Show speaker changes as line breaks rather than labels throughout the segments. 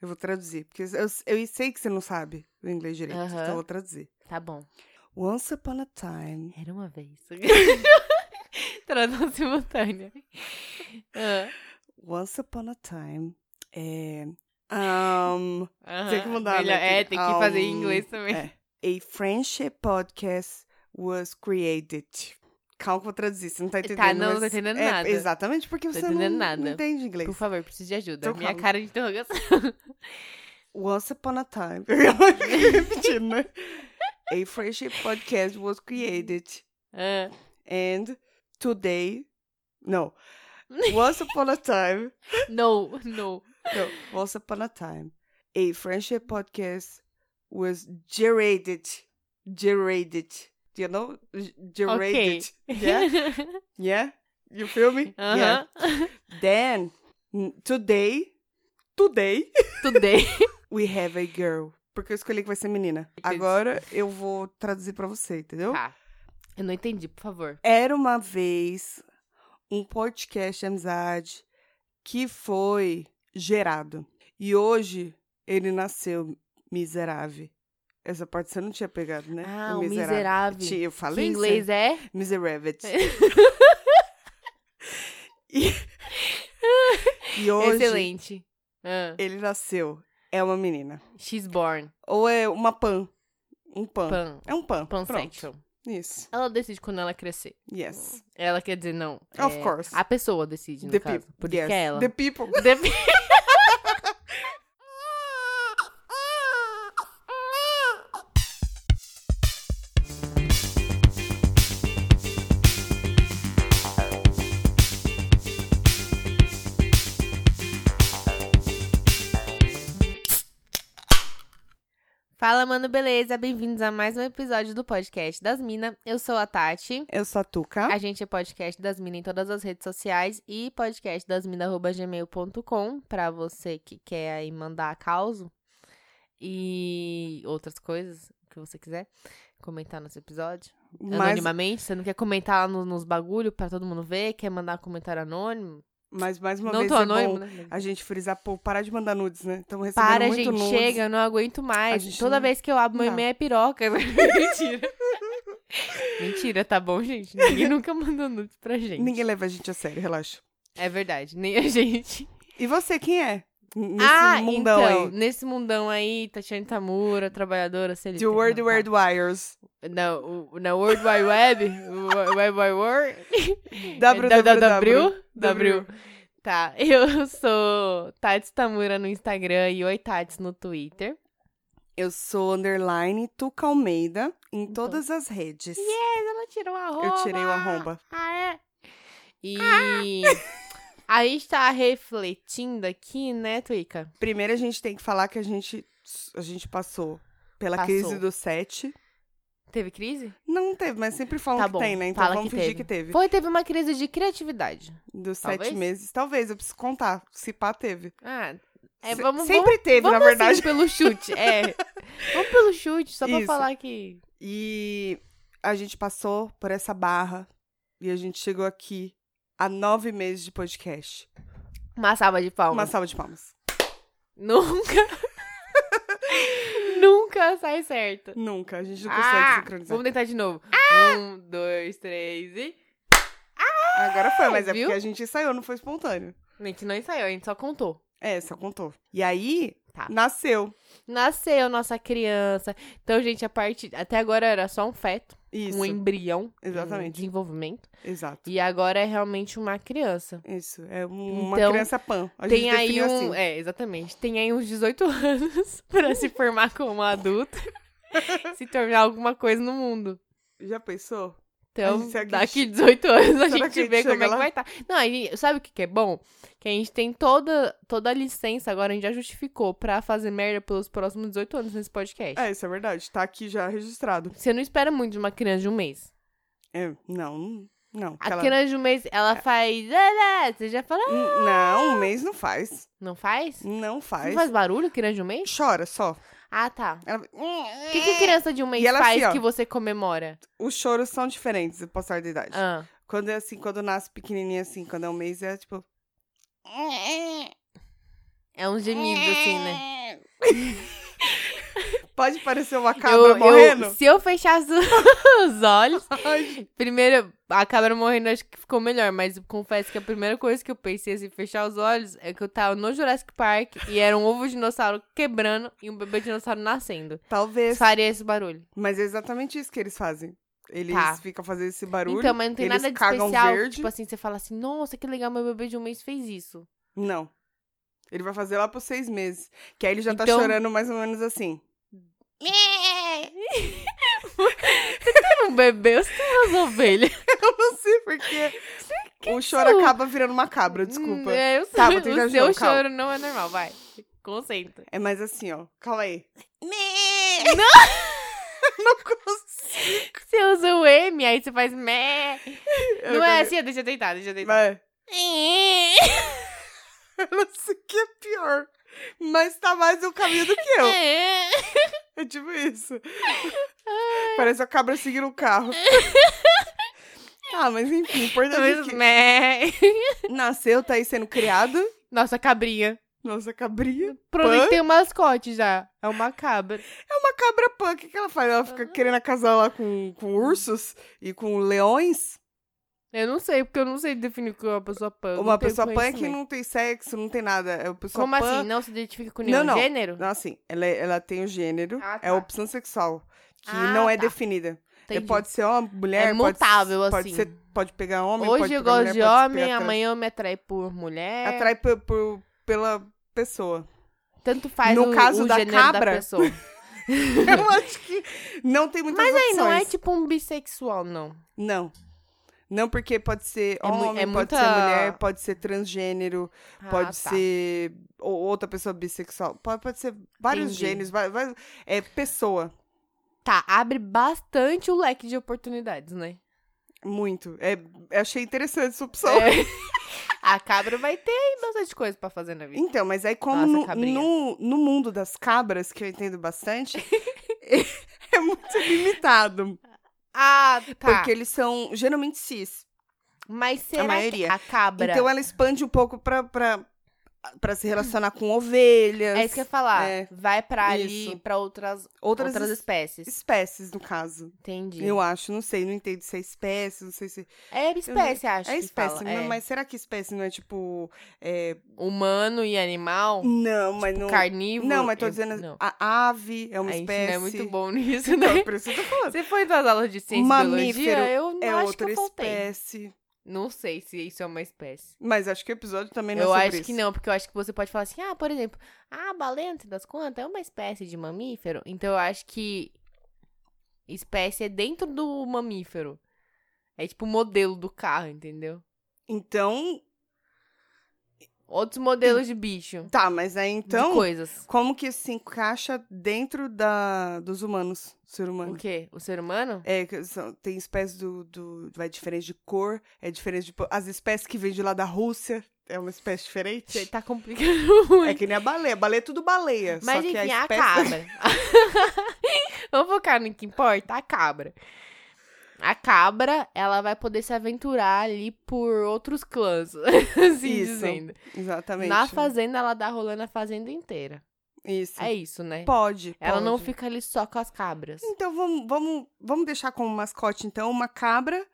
Eu vou traduzir, porque eu, eu sei que você não sabe o inglês direito,
Aham.
então eu vou traduzir.
Tá bom.
Once upon a time.
Era uma vez. Tradução simultânea. Ah,
Once upon a time. É. Um, Tem que
aham.
mudar, né,
Melhor- É,
que-
tem que fazer em
um,
inglês também.
é. a friendship podcast was created. Calma que eu vou traduzir, você não tá entendendo.
não,
mas
não tô entendendo
é,
nada.
Exatamente, porque
Tô
você não,
entendendo
não
nada.
entende inglês.
Por favor, preciso de ajuda.
Então
Minha
calma.
cara de interrogação.
Once upon a time. Eu ia repetindo, né? A friendship podcast was created.
Ah,
And today. No. Once upon a time.
no,
No.
no.
Once upon a time. A friendship podcast was gerated. Gerated. Do you know? G- Gerated. Yeah? Yeah? You feel me? Yeah.
Aham.
Then, n- today. Today.
Today.
We have a girl. Porque eu escolhi que vai ser menina.
Entendi.
Agora eu vou traduzir pra você, entendeu?
Tá. Eu não entendi, por favor.
Era uma vez um podcast de amizade que foi gerado. E hoje ele nasceu miserável. Essa parte você não tinha pegado, né?
Ah, o miserável.
Ti- Eu
Que
falei
em
isso?
inglês é?
Miserável. e... e hoje
Excelente. Ah,
ele nasceu. É uma menina.
she's born.
Ou é uma pan. Um pan.
Pan.
É um pan. Pronto.
Pansexual.
Isso.
Ela decide quando ela crescer.
Yes.
Ela quer dizer não.
Of
é,
course.
A pessoa decide, no
The
caso.
people.
Por isso
yes.
que é ela.
The people.
The pe- Fala, mano, beleza? Bem-vindos a mais um episódio do podcast das Minas. Eu sou a Tati.
Eu sou a Tuca.
A gente é podcast das minas em todas as redes sociais e podcast das gmail.com pra você que quer aí mandar causo e outras coisas que você quiser comentar nesse episódio.
Mas,
Anonimamente, você não quer comentar lá no- nos bagulho pra todo mundo ver, quer mandar comentário anônimo?
mas mais uma
não
vez
tô
é
anônimo,
bom
né?
a gente frisar, pô, parar de mandar nudes, né? Estamos recebendo
Para,
muito
gente,
nudes.
chega, eu não aguento mais.
A gente
Toda
não-
vez que eu abro meu
não dá.
e-mail é piroca. Mentira. Mentira, tá bom, gente? Ninguém nunca mandou nudes pra gente.
Ninguém leva a gente a sério, relaxa.
É verdade, nem a gente.
E você, quem é? N- Nesse
ah,
mundão
então,
aí.
nesse mundão aí, Tatiana Tamura, trabalhadora, CLT.
The World
não,
World Wires.
tá. Na, o- na World Wide Web, o Web Wide World,
www.
É W. Tá, eu sou Tati Tamura no Instagram e Oi Tats no Twitter.
Eu sou underline Tuca Almeida em
Então.
todas as redes.
Mas ela tirou a roupa.
Eu tirei o arromba.
Ah, é? E
Ah!
a gente tá refletindo aqui, né, Tuica?
Primeiro a gente tem que falar que a gente, a gente passou pela
Passou.
crise do 7.
Teve crise?
Não teve, mas sempre falam
Tá
que
bom,
tem, né? Então
fala
vamos
que
fingir
teve.
que teve.
Foi, teve uma crise de criatividade.
Dos sete
Talvez?
meses. Talvez, eu preciso contar. Se pá, teve.
Ah, é,
Se-
vamos,
Sempre teve,
vamos,
na
vamos
verdade.
assim pelo chute, é. vamos pelo chute, só pra
Isso.
falar que...
E a gente passou por essa barra e a gente chegou aqui há nove meses de podcast.
Uma salva de
Uma
palmas.
salva de palmas.
Nunca... Nunca sai certo.
Nunca, a gente não consegue
Ah,
sincronizar.
vamos tentar de novo.
Ah!
Um, dois, três e...
Agora foi, mas é
viu?
porque a gente ensaiou, não foi espontâneo.
A gente não ensaiou, a gente só contou.
É, só contou. E aí,
Tá.
nasceu.
Nasceu nossa criança. Então, gente, a parte... Até agora era só um feto,
Isso.
um embrião. Um
Exatamente.
desenvolvimento.
Exato.
E agora é realmente uma criança.
Isso. É um- uma
Então,
criança pan. A gente
Tem aí
definiu
um.
assim.
É, exatamente. Tem aí uns 18 anos pra se formar como adulto. se tornar alguma coisa no mundo.
Já pensou?
Então,
gente- será que a
daqui
gente-
18 anos
será que a
a gente
gente
vê como
chega
é que
lá?
vai estar. Não, aí, sabe o que, que é bom? Que a gente tem toda, toda a licença agora, a gente já justificou pra fazer merda pelos próximos 18 anos nesse podcast.
É, isso é verdade. Tá aqui já registrado.
Você não espera muito de uma criança de um mês.
É, não, não.
A
aquela- É.
criança de um mês, ela faz. "Ah, lá", Você já fala. "Ah",
N- Não, um mês não faz.
Não faz?
Não
Não
faz.
faz barulho, criança de um mês?
Chora só.
Ah, tá.
Ela-
O que, que criança de um mês
ela
faz
assim, ó.
que você comemora?
Os choros são diferentes do passar da idade.
Ah,
Quando é assim, quando nasce pequenininha assim, quando é um mês, é tipo.
é uns gemidos, assim, né?
Pode parecer uma
Eu-
cabra
eu-
morrendo?
se eu fechasse os olhos.
Ai,
Primeiro, a cabra morrendo acho que ficou melhor, mas eu confesso que a primeira coisa que eu pensei assim, fechar os olhos, é que eu tava no Jurassic Park e era um ovo dinossauro quebrando e um bebê dinossauro nascendo.
talvez.
Faria esse barulho.
Mas é exatamente isso que eles fazem. Eles
Tá.
ficam fazendo esse barulho.
então, mas não tem
eles
nada de
cagam
especial. que,
verde.
Tipo assim, você fala assim, nossa, que legal, meu bebê de um mês fez isso.
Não. Ele vai fazer lá por seis meses. Que aí ele já tá
Então-
chorando mais ou menos assim.
você tem um bebê, você tem umas ovelhas.
Eu não sei porque. O choro
isso?
acaba virando uma cabra, desculpa.
Hum, É, eu sei.
Tá, vou tentar
o
de
seu
novo, calma.
choro não é normal, vai. Concentra.
É mais assim, ó. Calma aí.
Você usa o M, aí você faz meh.
Eu
Não é
quero-
assim, ó, deixa eu tentar, deixa eu
Mas
tentar.
ela sei que é pior. Mas tá mais no caminho do que eu. É tipo isso. Parece uma cabra seguindo o carro. Tá, mas enfim, o importante é
Talvez-
que
Mé.
nasceu, tá aí sendo criado.
Nossa cabrinha.
Nossa cabrinha.
Provavelmente tem um mascote já. É
um
uma cabra.
É uma cabra punk. O que que ela faz? Ela fica querendo acasalar com, com ursos e com leões?
Eu não sei, porque eu não sei definir o que é uma pessoa punk.
Uma pessoa punk não tem sexo, não tem nada. É uma pessoa
Como
punk.
assim? Não se identifica com
Não,
nenhum
não.
gênero?
Não, assim, ela, é- ela tem o gênero,
Ah,
é a
tá.
opção sexual, que
Ah,
não é
tá.
definida. Ele
Entendi.
pode ser homem, mulher,
É
pode-
mutável,
pode,
assim.
ser- pode pegar homem, pode
Hoje eu
pegar
gosto
mulher,
de
pode pegar
homem, é
trans.
amanhã eu me atrai por mulher.
Atrai pe- por- pela pessoa.
Tanto faz
No
o,
caso
o
da
gênero da
cabra,
pessoa.
eu acho que não tem muitas Mas opções.
Não é tipo um bissexual, não.
Não. Não, porque pode ser
É mu-
homem,
é
pode
muita-
ser mulher, pode ser transgênero,
Ah,
pode
tá.
ser o- outra pessoa bissexual, pode, pode ser vários
Entendi.
gêneros, vai- vai- é pessoa,
Tá, abre bastante o leque de oportunidades, né?
muito. É, eu achei interessante essa opção.
É. A cabra vai ter aí bastante coisa pra fazer na vida.
Então, mas aí como
Nossa,
no-
cabrinha.
no, no mundo das cabras, que eu entendo bastante, é muito limitado.
Ah, tá.
Porque eles são geralmente cis.
Mas será
maioria.
que a cabra...
Então ela expande um pouco pra, pra, pra se relacionar com ovelhas.
É isso que eu ia falar.
É.
Vai pra ali,
Isso.
pra outras,
outras,
outras,
es-
espécies.
espécies, no caso.
Entendi.
Eu acho, não sei, não entendo se é espécie, não sei se.
É espécie, acho
é
que
espécie,
fala.
não-
É.
mas será que espécie não é tipo. é,
Humano e animal?
Não, mas não.
tipo Carnívoro?
Não, mas tô
Eu-
dizendo.
Não.
A ave é uma
A gente não
espécie.
é muito bom nisso,
Não,
né?
por isso que eu tô falando.
Você foi das aulas de ciência e biologia?
Mamífero
Eu não
É
acho
outra
que eu faltei.
espécie.
Não sei se isso é uma espécie.
Mas acho que o episódio também não
Eu
é sobre
acho que
isso.
não, porque eu acho que você pode falar assim, ah, por exemplo, a baleia, no fim das contas, é uma espécie de mamífero. Então eu acho que espécie é dentro do mamífero. É tipo o modelo do carro, entendeu?
Então,
Outros modelos de bicho.
tá, mas aí
de
então,
coisas.
como que se encaixa dentro da, dos humanos, ser
O
humano?
quê? O ser humano?
É, que são- tem espécies do, do. Vai diferente de cor, é diferente de. po- As espécies que vêm de lá da Rússia é uma espécie
Você
diferente.
tá complicando muito.
É que nem a baleia. Baleia é tudo baleia. só
Mas
que
enfim, é
a
a,
espécie.
cabra. Vamos focar no que importa, a cabra. A cabra, ela vai poder se aventurar ali por outros clãs, assim
Isso,
dizendo.
Exatamente.
Na fazenda, ela dá rolando a fazenda inteira.
Isso.
É isso, né?
Pode.
Ela não
pode.
fica ali só com as cabras.
Então vamos, vamos, vamos deixar como mascote, então, uma cabra.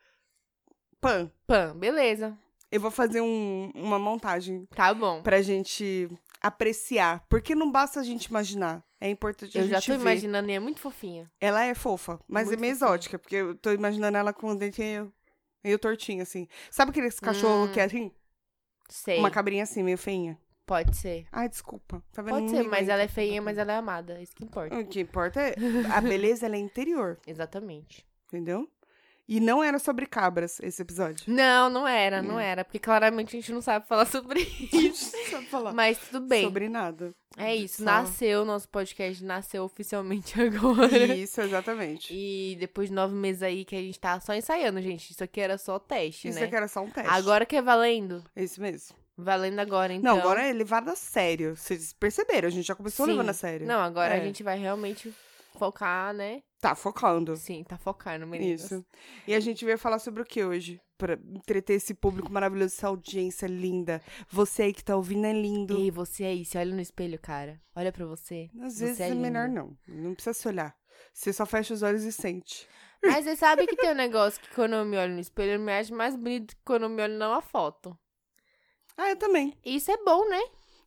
Pan.
Pã, beleza.
Eu vou fazer um- uma montagem
Tá bom.
pra gente apreciar. Porque não basta a gente imaginar. É importante a
Eu
gente
já tô
ver.
imaginando e é muito fofinha.
Ela é fofa, mas
Muito
é meio
fofinha.
exótica, porque eu tô imaginando ela com o dente meio, meio tortinho, assim. Sabe aqueles cachorro que é assim?
Hum, Sei.
Uma cabrinha assim, meio feinha.
Pode ser.
Ai, desculpa. Tá vendo?
Pode
Não
ser,
me
mas
aguento.
ela é feinha, mas ela é amada. Isso que importa.
O que importa é... A beleza, ela é interior,
Exatamente.
entendeu? E não era sobre cabras, esse episódio.
Não, não era,
Hum.
não era. Porque claramente a gente não sabe falar sobre isso.
Não sabe falar.
Mas tudo bem.
Sobre nada.
É isso.
Só-
Nasceu, nosso podcast nasceu oficialmente agora.
Isso, exatamente.
E depois de nove meses aí que a gente tá só ensaiando, gente. Isso aqui era só teste,
Isso
né?
aqui era só um teste.
Agora que é valendo.
Isso mesmo.
Valendo agora, então.
Não, agora é levado a sério. Vocês perceberam, a gente já começou
Sim.
levando a sério.
Não, agora a
É.
gente vai realmente Focar, né?
Tá focando.
Sim, tá focando, meninas.
Isso. E a gente veio falar sobre o que hoje? Pra entreter esse público maravilhoso, essa audiência linda. Você aí que tá ouvindo é lindo.
Ei, você aí, se olha no espelho, cara. Olha pra você.
Às
você
vezes é,
linda.
melhor não. Não precisa se olhar. Você só fecha os olhos e sente.
Mas você sabe que tem um negócio que quando eu me olho no espelho, eu me acho mais bonito que quando eu me olho numa foto.
Ah, eu também.
E isso é bom, né?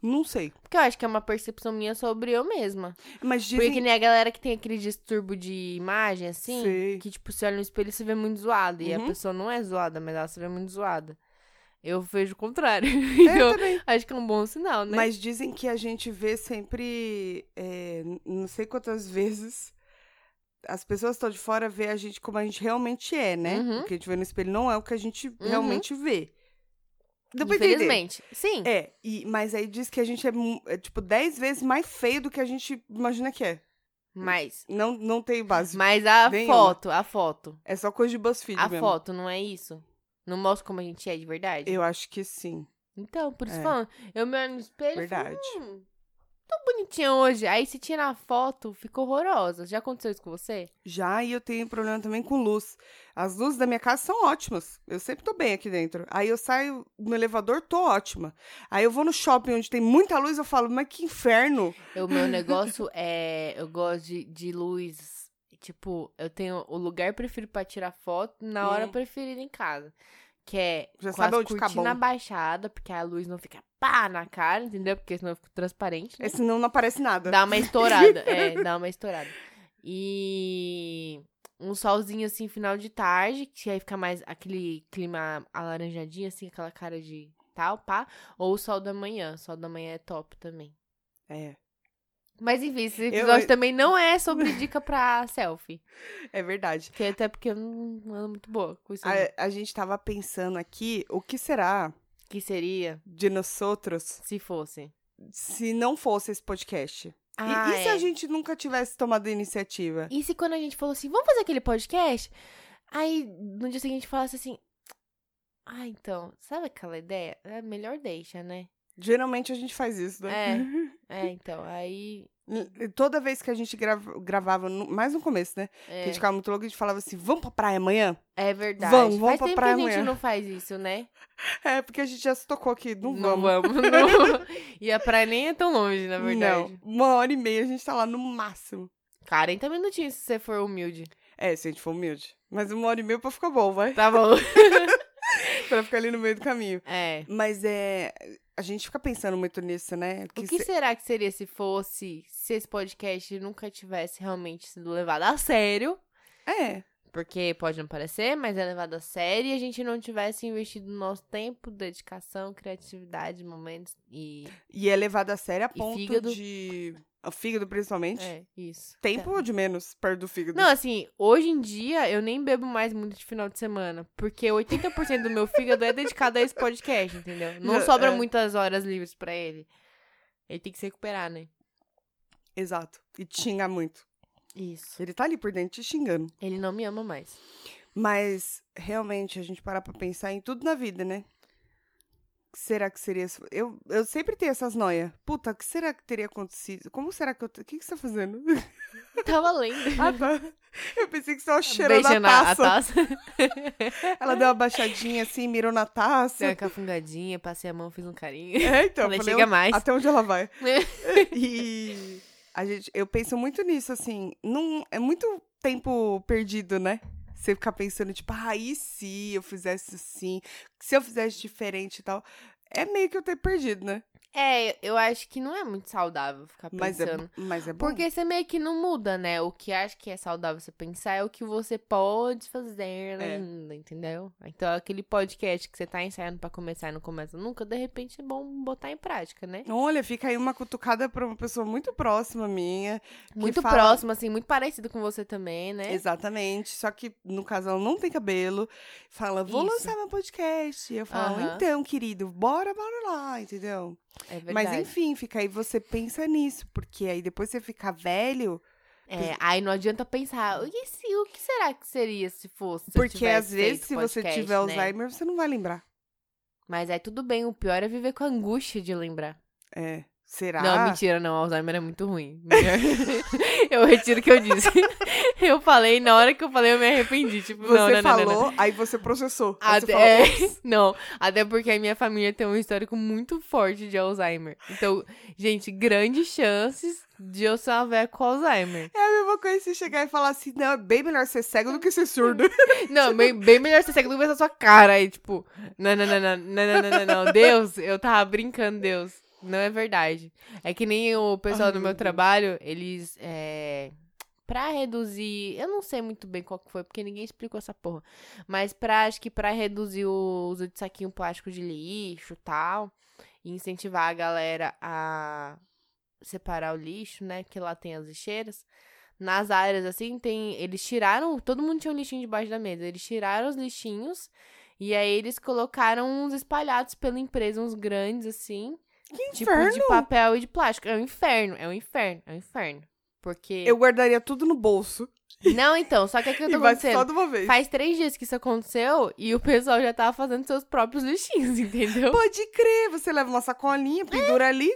Não sei.
Porque eu acho que é uma percepção minha sobre eu mesma.
Mas
Porque
dizem...
que nem a galera que tem aquele distúrbio de imagem, assim,
Sei.
que tipo, se olha no espelho e se vê muito zoada. E a
Uhum.
pessoa não é zoada, mas ela se vê muito zoada. Eu vejo o contrário.
É, eu
então,
também.
acho que é um bom sinal, né?
Mas dizem que a gente vê sempre, é, n- não sei quantas vezes, as pessoas que estão de fora vê a gente como a gente realmente é, né?
Uhum.
O que a gente vê no espelho não é o que a gente realmente vê. Deu pra entender?
Infelizmente. Sim.
É, e- mas aí diz que a gente é, mu- é, tipo 10 vezes mais feio do que a gente imagina que é.
Mas.
Não, não tem base.
Mas a
Vem uma.
foto, a foto.
É só coisa de BuzzFeed
A
mesmo.
foto, não é isso? Não mostra como a gente é de verdade?
Eu acho que sim,
Então, por isso
É.
falando, eu me olho no espelho e falo,
verdade.
hum, tô bonitinha hoje. Aí se tira a foto, fica horrorosa. Já aconteceu isso com você?
Já e eu tenho problema também com luz. As luzes da minha casa são ótimas. Eu sempre tô bem aqui dentro. Aí eu saio no elevador, tô ótima. Aí eu vou no shopping onde tem muita luz, eu falo, mas que inferno!
O meu negócio é. Eu gosto de, de luz. Tipo, eu tenho o lugar preferido pra tirar foto na hora
Hum.
preferida em casa. Que é
Já
com
sabe
as
onde fica
cortinas
bom.
abaixada, porque a luz não fica pá na cara, entendeu? Porque senão fica transparente. né?
Aí é, senão não aparece nada.
Dá uma estourada. é, dá uma estourada. E um solzinho assim, final de tarde, que aí fica mais aquele clima alaranjadinho, assim, aquela cara de tal, pá. Ou o sol da manhã. O sol da manhã é top também.
É,
Mas enfim, esse
Eu-
episódio também não é sobre dica pra selfie.
é verdade.
Que até porque eu não não ando muito boa com isso. não.
A, a gente tava pensando aqui, o que será
Que seria
de nós outros
se fosse.
se não fosse esse podcast? E- e, se
é.
a gente nunca tivesse tomado a iniciativa?
E se quando a gente falou assim, vamos fazer aquele podcast? Aí no dia seguinte falasse assim. Ah, então, sabe aquela ideia? É melhor deixa, né?
Geralmente a gente faz isso, né?
É. É, então, aí.
E Toda vez que a gente grava- gravava, no- mais no começo, né? Que a
É,
gente ficava muito louco, a gente falava assim, vamos pra praia amanhã?
é verdade.
Vamos, vamos
Faz
pra
tempo
praia
que a gente
amanhã.
não faz isso, né?
É, porque a gente já se tocou aqui, não, vamos.
não. E a praia nem é tão longe, na verdade.
Não, uma hora e meia a gente tá lá no máximo.
40 minutinhos se você for humilde.
É, se a gente for humilde. Mas uma hora e meia pra ficar bom, vai.
Tá bom.
pra ficar ali no meio do caminho.
É.
Mas é. A gente fica pensando muito nisso, né?
O que
se-
será que seria se fosse, se esse podcast nunca tivesse realmente sido levado a sério?
É.
Porque pode não parecer, mas é levado a sério e a gente não tivesse investido nosso tempo, dedicação, criatividade, momentos e.
E é levado a sério a ponto
fígado.
de. O fígado, principalmente.
É, isso.
Tempo de menos, perto do fígado.
Não, assim, hoje em dia eu nem bebo mais muito de final de semana. Porque 80% do meu fígado é dedicado a esse podcast, entendeu? Não
Não,
sobra
é.
muitas horas livres pra ele. Ele tem que se recuperar, né?
Exato. E te xinga muito.
Isso.
Ele tá ali por dentro te xingando.
Ele não me ama mais.
Mas realmente a gente parar pra pensar em tudo na vida, né? Que Será que seria. se- Eu, eu sempre tenho essas noias. Puta, o que será que teria acontecido? Como será que eu. te- O que, que você tá fazendo?
Tava lendo.
Ah, tá. Eu pensei que você tava cheirando a
a-
taça.
a taça.
Ela deu uma baixadinha assim, mirou na taça.
Deu uma cafungadinha, passei a mão, fiz um carinho.
É, então.
É. Falei,
falei,
chega
"Oh,
mais."
Até onde ela vai.
É.
e a gente, eu penso muito nisso, assim. Não, é muito tempo perdido, né? Você ficar pensando, tipo, ah, e se eu fizesse assim? Se eu fizesse diferente e tal. É meio que eu ter perdido, né?
É, eu acho que não é muito saudável ficar
Mas é,
Tá pensando.
bo- mas é bom.
Porque você meio que não muda, né? O que acho que é saudável você pensar é o que você pode fazer
É.
ainda, entendeu? Então, aquele podcast que você tá ensaiando pra começar e não começa nunca, de repente é bom botar em prática, né?
Olha, fica aí uma cutucada pra uma pessoa muito próxima minha.
Muito
fala-
próximo, assim, muito parecido com você também, né?
Exatamente. Só que, no caso, ela não tem cabelo. Fala, vou
Isso.
lançar meu podcast. E eu falo,
Aham.
então, querido, bora, bora lá, entendeu?
É verdade.
Mas enfim, fica aí você pensa nisso, porque aí depois você ficar velho,
É, aí não adianta pensar, e se, o que será que seria se fosse? se eu
porque
tivesse
às vezes
feito
se você
podcast,
tiver
né?
Alzheimer, você não vai lembrar.
é Mas aí tudo bem, o pior é viver com a angústia de lembrar.
É, Será?
Não, mentira, não. Alzheimer é muito ruim. Melhor- eu retiro o que eu disse. eu falei, na hora que eu falei, eu me arrependi. Tipo, não,
Você
não, não, não,
falou,
não. é.
aí você processou. Aí você falou,
Até, não, até porque a minha família tem um histórico muito forte de Alzheimer. Então, gente, grandes chances de eu ser uma velha com Alzheimer.
É a mesma coisa se chegar e falar assim, não, é bem melhor ser cego do que ser surdo.
Não, bem, bem melhor você segue do que ver essa sua cara aí, tipo, não, não, não, não, não, não, não, não, não, Deus, eu tava brincando, Deus. Não é verdade. É que nem o pessoal
Ai,
do
meu
meu
Deus.
trabalho, eles, é... Pra reduzir, eu não sei muito bem qual que foi, porque ninguém explicou essa porra. Mas pra, acho que pra reduzir o uso de saquinho plástico de lixo e tal, e incentivar a galera a separar o lixo, né? Que lá tem as lixeiras. Nas áreas, assim, tem. Eles tiraram. Todo mundo tinha um lixinho debaixo da mesa. Eles tiraram os lixinhos. E aí eles colocaram uns espalhados pela empresa, uns grandes, assim.
Que
Tipo
inferno!
de papel e de plástico. É um inferno, é um inferno, é um inferno. Porque.
Eu guardaria tudo no bolso
Não, então, só que é que eu
e
tô
vai só
acontecendo.
de uma vez.
Faz três dias que isso aconteceu e o pessoal já tava fazendo seus próprios lixinhos, entendeu?
Pode crer, você leva uma sacolinha, pendura ali.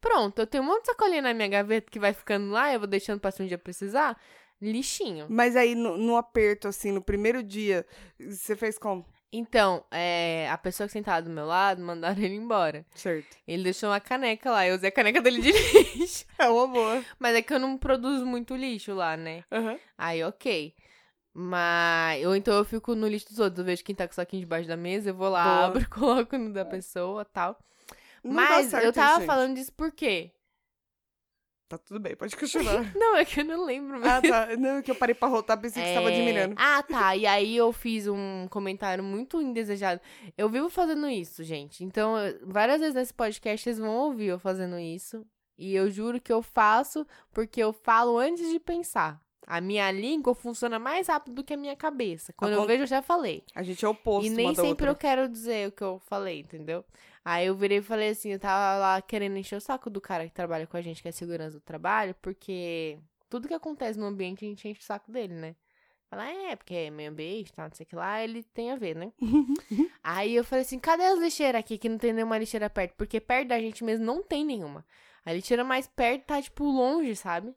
Pronto, eu tenho um monte de sacolinha na minha gaveta que vai ficando lá, eu vou deixando pra se um dia precisar. Lixinho.
Mas aí, no, no aperto, assim, no primeiro dia, você fez como?
Então, é, a pessoa que sentava do meu lado mandaram ele embora.
Certo.
Ele deixou uma caneca lá, eu usei a caneca dele de lixo.
É uma boa.
Mas é que eu não produzo muito lixo lá, né?
Aham.
Aí, ok. Mas. Ou então eu fico no lixo dos outros. Eu vejo quem tá com o saquinho debaixo da mesa, eu vou lá,
Boa. É.
abro, coloco no da pessoa tal.
Não dá
Mas
certo,
eu tava
gente.
falando disso por quê?
Tá tudo bem, pode continuar.
Não, é que eu não lembro, mas.
ah, tá. Não, é que eu parei pra rotar, pensei que você tava
É,
admirando.
Ah, tá. E aí eu fiz um comentário muito indesejado. Eu vivo fazendo isso, gente. Então, eu- várias vezes nesse podcast vocês vão ouvir eu fazendo isso. E eu juro que eu faço porque eu falo antes de pensar. A minha língua funciona mais rápido do que a minha cabeça. Quando eu
Acon-
vejo, eu já falei.
A gente é oposto
E nem
uma da
sempre eu
outra. né?
quero dizer o que eu falei, entendeu? Aí eu virei e falei assim, eu tava lá querendo encher o saco do cara que trabalha com a gente, que é segurança do trabalho, porque tudo que acontece no ambiente, a gente enche o saco dele, né? Fala, é, porque é meio ambiente, tal, não sei o que lá, ele tem a ver, né? Aí eu falei assim, cadê as lixeiras aqui, que não tem nenhuma lixeira perto? Porque perto da gente mesmo não tem nenhuma. A lixeira mais perto tá, tipo, longe, sabe?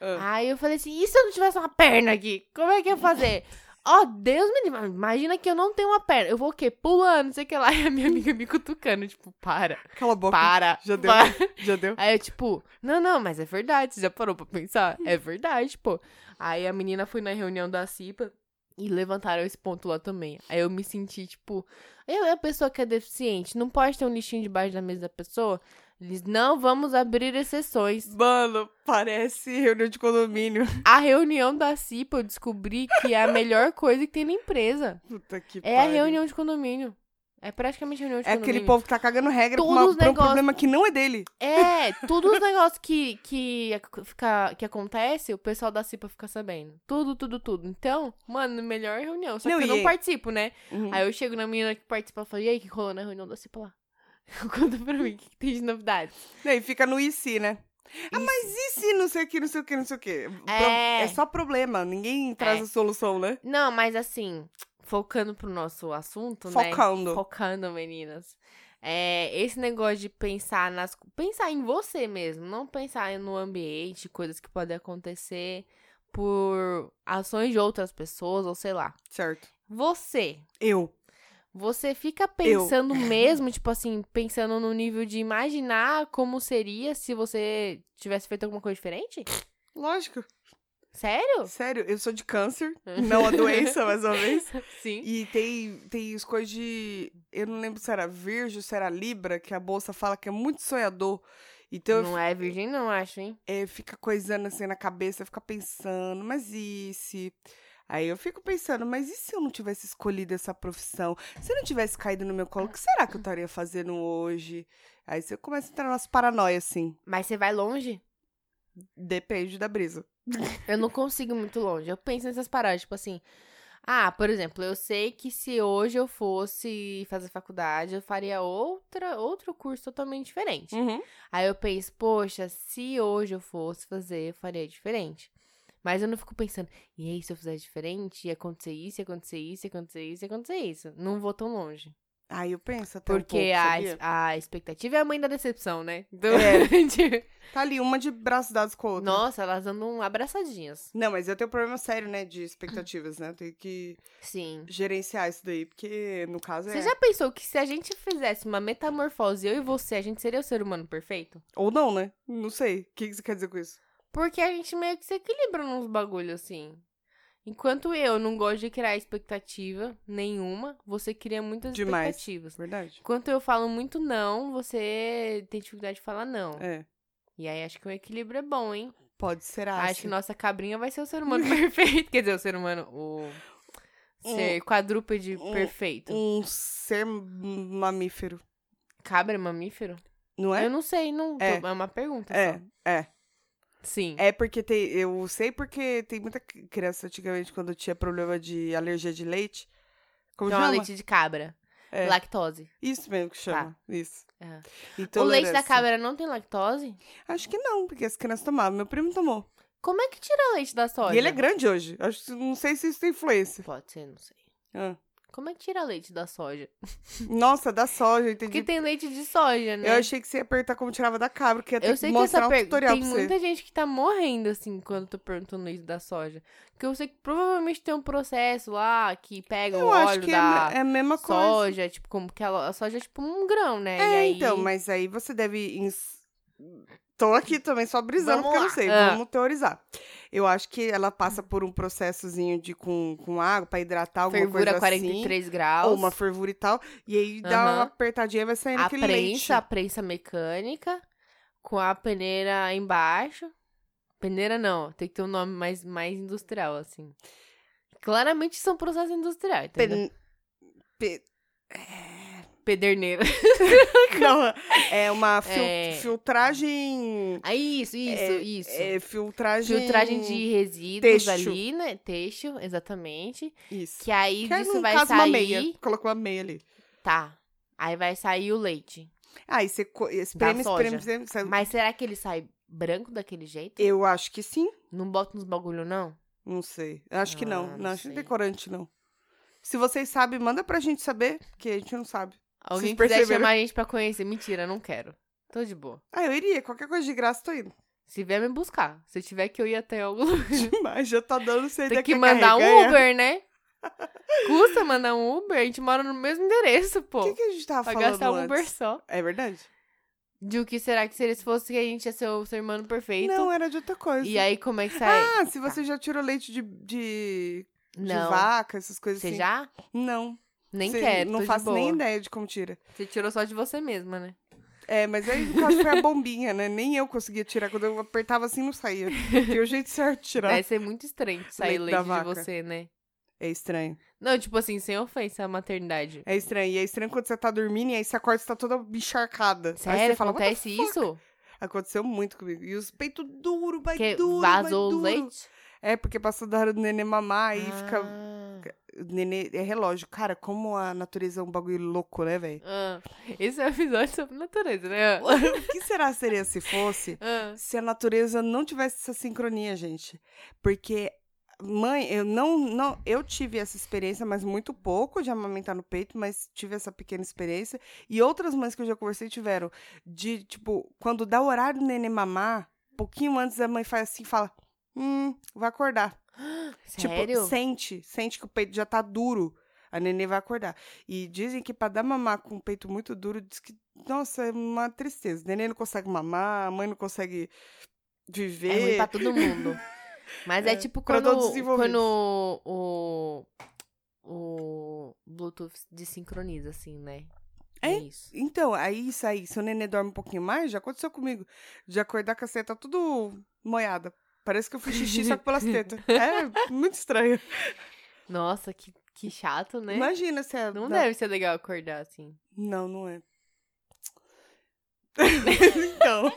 Ah.
Aí eu falei assim, e se eu não tivesse uma perna aqui? Como é que eu ia fazer? Ó, Deus me livre. Imagina que eu não tenho uma perna. Eu vou o quê? Pulando, não sei o que lá. E a minha amiga me cutucando, tipo, para,
Cala a boca.
para.
Já deu.
para.
Já deu.
Aí eu, tipo, não, não, mas é verdade. Você já parou pra pensar? É verdade, pô. Aí a menina foi na reunião da CIPA e levantaram esse ponto lá também. Aí eu me senti, tipo, eu é a pessoa que é deficiente. Não pode ter um lixinho debaixo da mesa da pessoa? Eles, não, vamos abrir exceções.
Mano, parece reunião de condomínio.
A reunião da CIPA eu descobri que é a melhor coisa que tem na empresa.
Puta que
É a reunião de condomínio. É praticamente reunião de
É
condomínio.
aquele povo que tá cagando regra pra,
Todos
uma,
os
pra um
negócios.
problema que não é dele.
É, todos os negócios que, que, ac- fica, que acontece, o pessoal da CIPA fica sabendo. Tudo, tudo, tudo. Então, mano, melhor reunião. Só
Não,
que eu
e
não
é-
participo, né?
Uhum.
Aí eu chego na menina que participa e falo, e aí, o que rolou na reunião da CIPA lá? Conta pra mim, o que que tem de novidade?
Não, E fica no e se, né? Ah, mas e se não sei o que, não sei o que, não sei o que?
É.
É só problema, ninguém traz a solução, né?
Não, mas assim, focando pro nosso assunto, né?
Focando.
Focando, meninas. É, esse negócio de pensar nas. Pensar em você mesmo, não pensar no ambiente, coisas que podem acontecer por ações de outras pessoas, ou sei lá.
Certo.
Você.
Eu.
Você fica pensando mesmo, tipo assim, pensando no nível de imaginar como seria se você tivesse feito alguma coisa diferente?
Lógico.
Sério?
Sério, eu sou de câncer. Não a doença, mais uma vez.
Sim.
E tem, tem as coisas de. Eu não lembro se era Virgem, se era Libra, que a bolsa fala que é muito sonhador. Então
Não é virgem, não, acho, hein?
é, fica coisando assim na cabeça, fica pensando, mas e se. Aí eu fico pensando, mas e se eu não tivesse escolhido essa profissão? Se eu não tivesse caído no meu colo, o que será que eu estaria fazendo hoje? Aí você começa a entrar nas paranoias, assim.
Mas você vai longe?
Depende da brisa.
Eu não consigo ir muito longe. Eu penso nessas paradas, tipo assim. Ah, por exemplo, eu sei que se hoje eu fosse fazer faculdade, eu faria outra, outro curso totalmente diferente.
Hum.
Aí eu penso, poxa, se hoje eu fosse fazer, eu faria diferente. Mas eu não fico pensando, e aí se eu fizer diferente, ia acontecer isso, ia acontecer isso, ia acontecer isso, ia acontecer isso. Não vou tão longe.
Aí eu penso até
Porque
um pouco,
a,
sabia?
a expectativa é a mãe da decepção, né? Então,
É.
tipo,
Tá ali uma de braços dados com a outra.
Nossa, elas andam abraçadinhas.
Não, mas eu tenho um problema sério, né, de expectativas, né? Eu tenho que
Sim.
gerenciar isso daí, porque no caso é...
Você já pensou que se a gente fizesse uma metamorfose, eu e você, a gente seria o ser humano perfeito?
Ou não, né? Não sei. O que que você quer dizer com isso?
Porque a gente meio que se equilibra nos bagulhos, assim. Enquanto eu não gosto de criar expectativa nenhuma, você cria muitas
Demais.
expectativas.
Verdade.
Enquanto eu falo muito não, você tem dificuldade de falar não.
É.
E aí acho que o equilíbrio é bom, hein?
Pode ser assim.
Acho que nossa cabrinha vai ser o ser humano perfeito. Quer dizer, o ser humano. O ser quadrúpede
Hum.
perfeito.
Um ser mamífero,
Cabra é mamífero?
não é?
Eu não sei, não. tô-
É.
É, uma pergunta.
É,
só.
é.
Sim.
É porque tem. Eu sei porque tem muita cri- criança antigamente, quando tinha problema de alergia de leite. Como
Então,
chama?
a leite de cabra.
É.
Lactose.
Isso mesmo que chama. Isso.
É. O
Intolerância.
leite da cabra não tem lactose?
Acho que não, porque as crianças tomavam. Meu primo tomou.
Como é que tira leite da soja?
E ele é grande hoje. Acho que não sei se isso tem influência.
Pode ser, não sei.
Ah.
Como é que tira leite da soja?
Nossa, da soja, entendi.
Porque tem leite de soja, né?
é Eu achei que você ia apertar como tirava da cabra, que ia ter
Eu
que
sei que essa
mostrar um
pergunta.
tutorial
Tem
pra você.
muita gente que tá morrendo, assim, quando eu tô perguntando leite da soja. Porque eu sei que provavelmente tem um processo lá que pega o
Eu
óleo
acho que é
da
a me- é a mesma coisa.
soja, tipo, como que ela, a soja é tipo um grão,
É,
né? e aí...
então, mas aí você deve. ins- Tô aqui também só brisando,
Vamos
porque eu não
lá.
sei.
Ah.
Vamos teorizar. Eu acho que ela passa por um processozinho de com, com água pra hidratar alguma
Fervura
coisa
43
assim.
graus.
Ou uma fervura e tal. E aí dá
Aham.
uma apertadinha e vai saindo
a
aquele
prensa, a
leite.
prensa mecânica, com a peneira embaixo. Peneira não, tem que ter um nome mais, mais industrial, assim. Claramente são processos industriais, tá entendeu?
Pen- pe-
Pederneira.
Não, é uma fil-
É.
filtragem.
Ah, isso, isso,
É,
isso.
É filtragem.
Filtragem de resíduos
Têxtil.
ali, né? Têxtil, exatamente.
Isso.
Que aí
Que aí,
disso
no
vai
caso,
sair.
uma meia. Colocou uma meia ali.
Tá. Aí vai sair o leite.
Aí você co- espreme,
soja.
espreme, espreme. sai-
Mas será que ele sai branco daquele jeito?
Eu acho que sim.
Não bota nos bagulho, não?
Não sei. Eu Acho que
Ah,
não.
não
Não, acho que não tem
sei.
corante, não. Se vocês sabem, manda pra gente saber, porque a gente não sabe.
Alguém quiser
perceberam?
chamar a gente pra conhecer. Mentira, não quero. Tô de boa.
Ah, eu iria. Qualquer coisa de graça, tô indo.
Se vier me buscar. Se tiver que eu ia até algum lugar.
Mas já tá dando sem
Tem que mandar
é.
um Uber, né? Custa mandar um Uber? A gente mora no mesmo endereço,
O
pô.
que, que a gente tava
pra
falando
gastar um Uber
antes?
só.
É verdade?
De o que será que seria se fosse que a gente ia ser o ser humano perfeito?
Não, era de outra coisa.
E aí, como é que sai?
Ah, se você já tirou leite de, de, de
não.
vaca, essas coisas
Você
assim.
já?
Não.
Nem
Você-
quero.
Não
tô de
faço nem
boa.
ideia de como tira.
Você tirou só de você mesma, né?
É, mas aí no caso foi a bombinha, né? Nem eu conseguia tirar. Quando eu apertava assim, não saía. Tem o jeito certo de tirar.
Deve ser muito estranho sair
Leite da
leite de
vaca.
você, né?
É estranho.
Não, tipo assim, sem ofensa à maternidade.
É estranho. E é estranho quando você tá dormindo e aí você acorda e você tá toda encharcada. aí
Sério,
você fala, "What the
acontece
fuck?"
isso?
Aconteceu muito comigo. E os peitos duro, vai
Que
duro,
vazou
vai
o
duro.
leite?
É, porque passou da hora do neném mamar e fica...
Ah.
o Nenê é relógio. Cara, como a natureza é um bagulho louco, né, velho?
Ah. Esse é um episódio sobre natureza, né?
o que será seria se fosse
Ah.
se a natureza não tivesse essa sincronia, gente? Porque... Mãe, eu não, não, eu tive essa experiência, mas muito pouco de amamentar no peito, mas tive essa pequena experiência. E outras mães que eu já conversei tiveram de, tipo, quando dá o horário do neném mamar, pouquinho antes a mãe faz assim, fala: "Hum, vai acordar".
Sério?
Tipo, sente, sente que o peito já tá duro. A neném vai acordar. E dizem que pra dar mamar com o peito muito duro, diz que, nossa, é uma tristeza. Neném não consegue mamar, a mãe não consegue
É ruim
viver.
pra todo mundo. Mas é,
É,
tipo
pra
quando,
todos os envolvidos.
quando o, o Bluetooth desincroniza, assim, né?
É?
isso.
Então, aí isso aí, se o neném dorme um pouquinho mais, já aconteceu comigo. De acordar com a seta tudo moiada. Parece que eu fui xixi só que pelas tetas. É muito estranho.
Nossa, que, que chato, né?
Imagina se é.
Não
dá-
deve ser legal acordar assim.
Não, não é. então,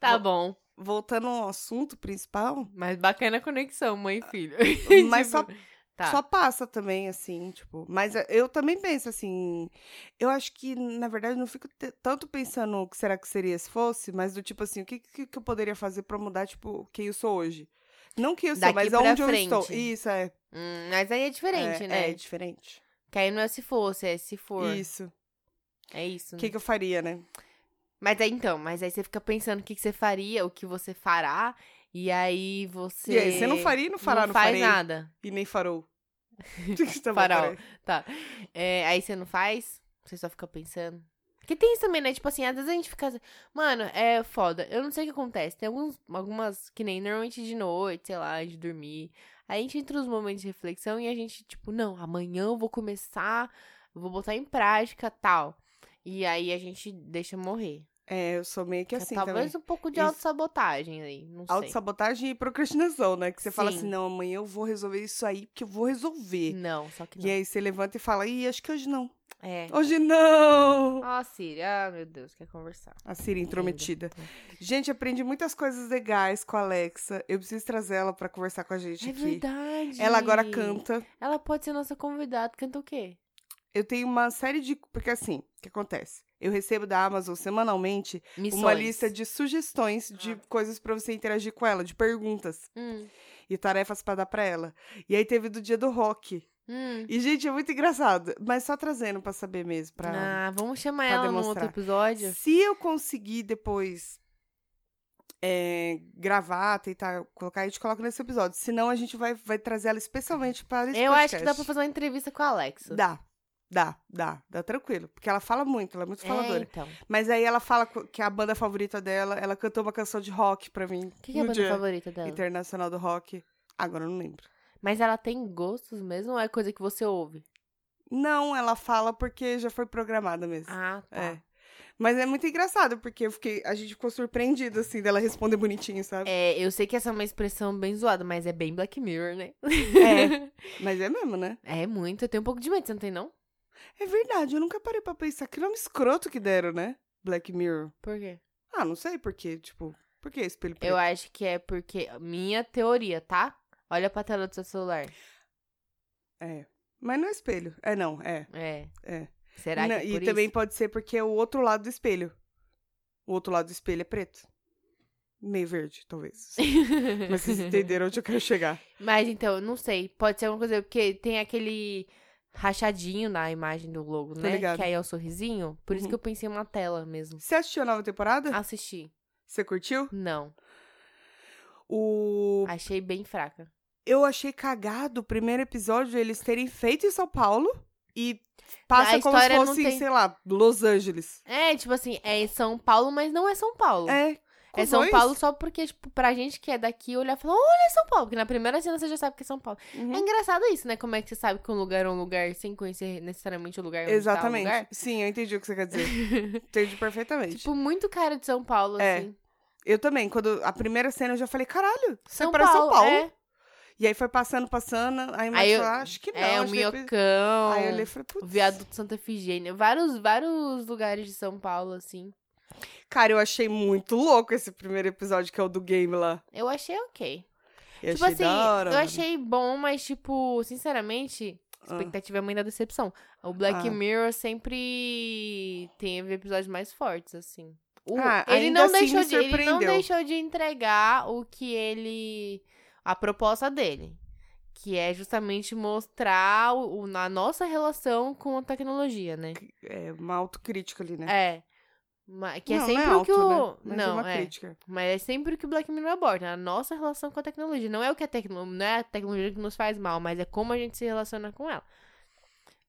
Tá bom.
voltando ao assunto principal,
Mas bacana a conexão, mãe e filho.
Mas só-
Tá.
Só passa também, assim, tipo. Mas eh, eu também penso assim. Eu acho que, na verdade, não fico te- tanto pensando o que será que seria se fosse, mas do tipo assim, o que, que, que eu poderia fazer pra mudar, tipo, quem eu sou hoje? Não quem eu sou,
Daqui
mas
pra
onde
frente.
eu estou. Isso, é.
Hum, mas aí é diferente,
é,
né?
É, diferente.
Que aí não é se fosse, é se for.
Isso.
É
O
isso. né?
que, que eu faria, né?
Mas aí então, mas aí você fica pensando o que, que você faria, o que você fará, e aí você.
E aí, você não faria e não fará, não,
faz
farei.
nada.
E nem farou. Tá bom,
Farol.
peraí.
É, aí você não faz, você só fica pensando. Porque tem isso também, né? Tipo assim, às vezes a gente fica assim, mano, é foda. Eu não sei o que acontece. Tem alguns, algumas, que nem normalmente de noite, sei lá, de dormir. Aí a gente entra nos momentos de reflexão e a gente, tipo, não, amanhã eu vou começar, vou botar em prática tal. E aí a gente deixa morrer.
É, eu sou meio que assim
Talvez
também.
um pouco de
Isso-
autossabotagem aí, não sei.
Autossabotagem e procrastinação, né? Que você fala
Sim.
assim, não, amanhã eu vou resolver isso aí, porque eu vou resolver.
Não, só que
E
não.
aí você levanta e fala, ih, acho que hoje não.
É.
Hoje não!
Ó, Siri, ah, meu Deus, quer conversar.
A Siri intrometida. Gente, aprendi muitas coisas legais com a Alexa. Eu preciso trazer ela pra conversar com a gente
É
aqui.
verdade.
Ela agora canta.
Ela pode ser nossa convidada. Canta o quê?
Eu tenho uma série de. Porque assim, o que acontece? Eu recebo da Amazon semanalmente
Missões.
uma lista de sugestões de
Ah.
coisas pra você interagir com ela, de perguntas
Hum,
e tarefas pra dar pra ela. E aí teve do dia do rock.
hum.
E, gente, é muito engraçado. Mas só trazendo pra saber mesmo. Pra...
Ah, vamos chamar
pra
ela num
demonstrar.
outro episódio?
Se eu conseguir depois é, gravar, tentar colocar, a gente coloca nesse episódio. Senão a gente vai, vai trazer ela especialmente para esse
Eu
podcast.
acho que dá pra fazer uma entrevista com a Alexa.
Dá, dá, dá, dá tranquilo. Porque ela fala muito, ela é muito
é,
faladora.
então.
Mas aí ela fala co- que a banda favorita dela, ela cantou uma canção de rock pra mim.
O que, que é a
no
banda
dia
favorita dela?
Internacional do Rock. Agora eu não lembro.
Mas ela tem gostos mesmo ou é coisa que você ouve?
Não, ela fala porque já foi programada mesmo.
Ah, tá.
É. Mas é muito engraçado, porque eu fiquei, a gente ficou surpreendido, assim, dela responder bonitinho, sabe?
É, eu sei que essa é uma expressão bem zoada, mas é bem Black Mirror, né?
Mas é mesmo, né?
É muito, eu tenho um pouco de medo, você não tem não?
É verdade, eu nunca parei pra pensar. Que nome escroto que deram, né? Black Mirror.
Por quê?
Ah, não sei por quê, tipo, por que espelho preto?
Eu acho que é porque. Minha teoria, tá? Olha pra tela do seu celular.
É. Mas não é espelho. É, não, é.
É.
É.
Será que
Não,
é
e
por
também
isso?
pode ser porque é o outro lado do espelho. O outro lado do espelho é preto. Meio verde, talvez. Mas vocês entenderam onde eu quero chegar.
Mas então, não sei. Pode ser alguma coisa, porque tem aquele rachadinho na imagem do logo,
Tô
né?
ligada.
Que aí é o sorrisinho. Por isso
Uhum.
que eu pensei uma tela mesmo.
Você assistiu a nova temporada?
Ah. Assisti.
Você curtiu?
Não.
O
Achei bem fraca.
Eu achei cagado o primeiro episódio eles terem feito em São Paulo e passa
A
como se
história não
fosse,
tem-
sei lá, Los Angeles.
É, tipo assim, é em São Paulo, mas não é São Paulo.
É.
É
com
São
dois.
Paulo só porque, tipo, pra gente que é daqui olhar e falar, olha é São Paulo, porque na primeira cena você já sabe que é São Paulo.
Uhum.
É engraçado isso, né? Como é que você sabe que um lugar é um lugar sem conhecer necessariamente o lugar onde
Exatamente.
tá o lugar.
Sim, eu entendi o que você quer dizer. entendi perfeitamente.
Tipo, muito cara de São Paulo,
É.
assim.
Eu também, quando a primeira cena eu já falei, caralho, isso
São
aqui parece São Paulo.
é.
E aí foi passando, passando, aí,
Aí
aí
eu-
acho que não.
É, o
acho que depois-
Minhocão.
Aí eu olhei e falei,
O
putz.
viaduto Santa Efigênia. Vários, vários lugares de São Paulo, assim.
Cara, eu achei muito louco esse primeiro episódio, que é o do game lá.
Eu achei ok.
Eu
tipo
achei
assim,
da hora.
eu
mano.
achei bom, mas, tipo, sinceramente,
Ah.
expectativa é mãe da decepção. O Black
Ah.
Mirror sempre teve episódios mais fortes, assim. O-
Ah,
ele,
ainda
não
assim
deixou
me
de, ele não
surpreendeu.
deixou de entregar o que ele. a proposta dele. Que é justamente mostrar o, o- a nossa relação com a tecnologia, né?
É uma autocrítica ali, né?
É. Ma- Que é
Não, não
sempre o
alto,
que o.
né? Mas é
não,
uma
é.
crítica.
Mas é sempre o que o Black Mirror aborda. A nossa relação com a tecnologia. Não é o que a tecnologia. Não é a tecnologia que nos faz mal, mas é como a gente se relaciona com ela.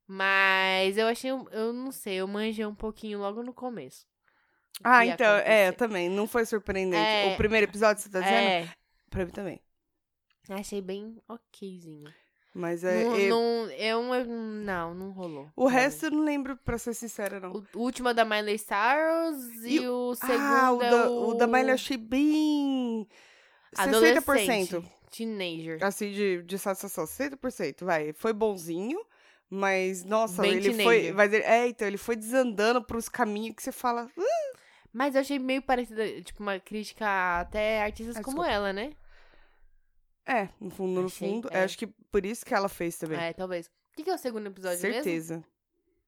Mas eu achei. um- Eu não sei, eu manjei um pouquinho logo no começo. O
Ah,
que ia
então, é, eu
acontecer.
também. Não foi surpreendente.
É.
o primeiro episódio, você tá dizendo?
É,
Pra mim também.
achei bem okzinho.
Mas é.
não,
eu-
não, eu, eu- não, não rolou.
O
pra mim.
resto eu não lembro, pra ser sincera, não.
O, o último é da Miley Cyrus e,
E
o segundo
ah, o
é
da, o da Miley eu achei bem. 60%.
Adolescente, Teenager.
Assim, de, de satisfação. 60%, vai. Foi bonzinho. Mas, nossa,
Bem
ele foi.
teenager.
Mas ele- é, então, ele foi desandando pros caminhos que você fala. "Ah,
Mas eu achei meio parecida, tipo, uma crítica até a artistas
Ah,
como
desculpa.
ela, né?
É, no fundo, no
Achei,
fundo.
é.
eu Acho que por isso que ela fez também.
É, talvez. O que, que é o segundo episódio mesmo?
Certeza.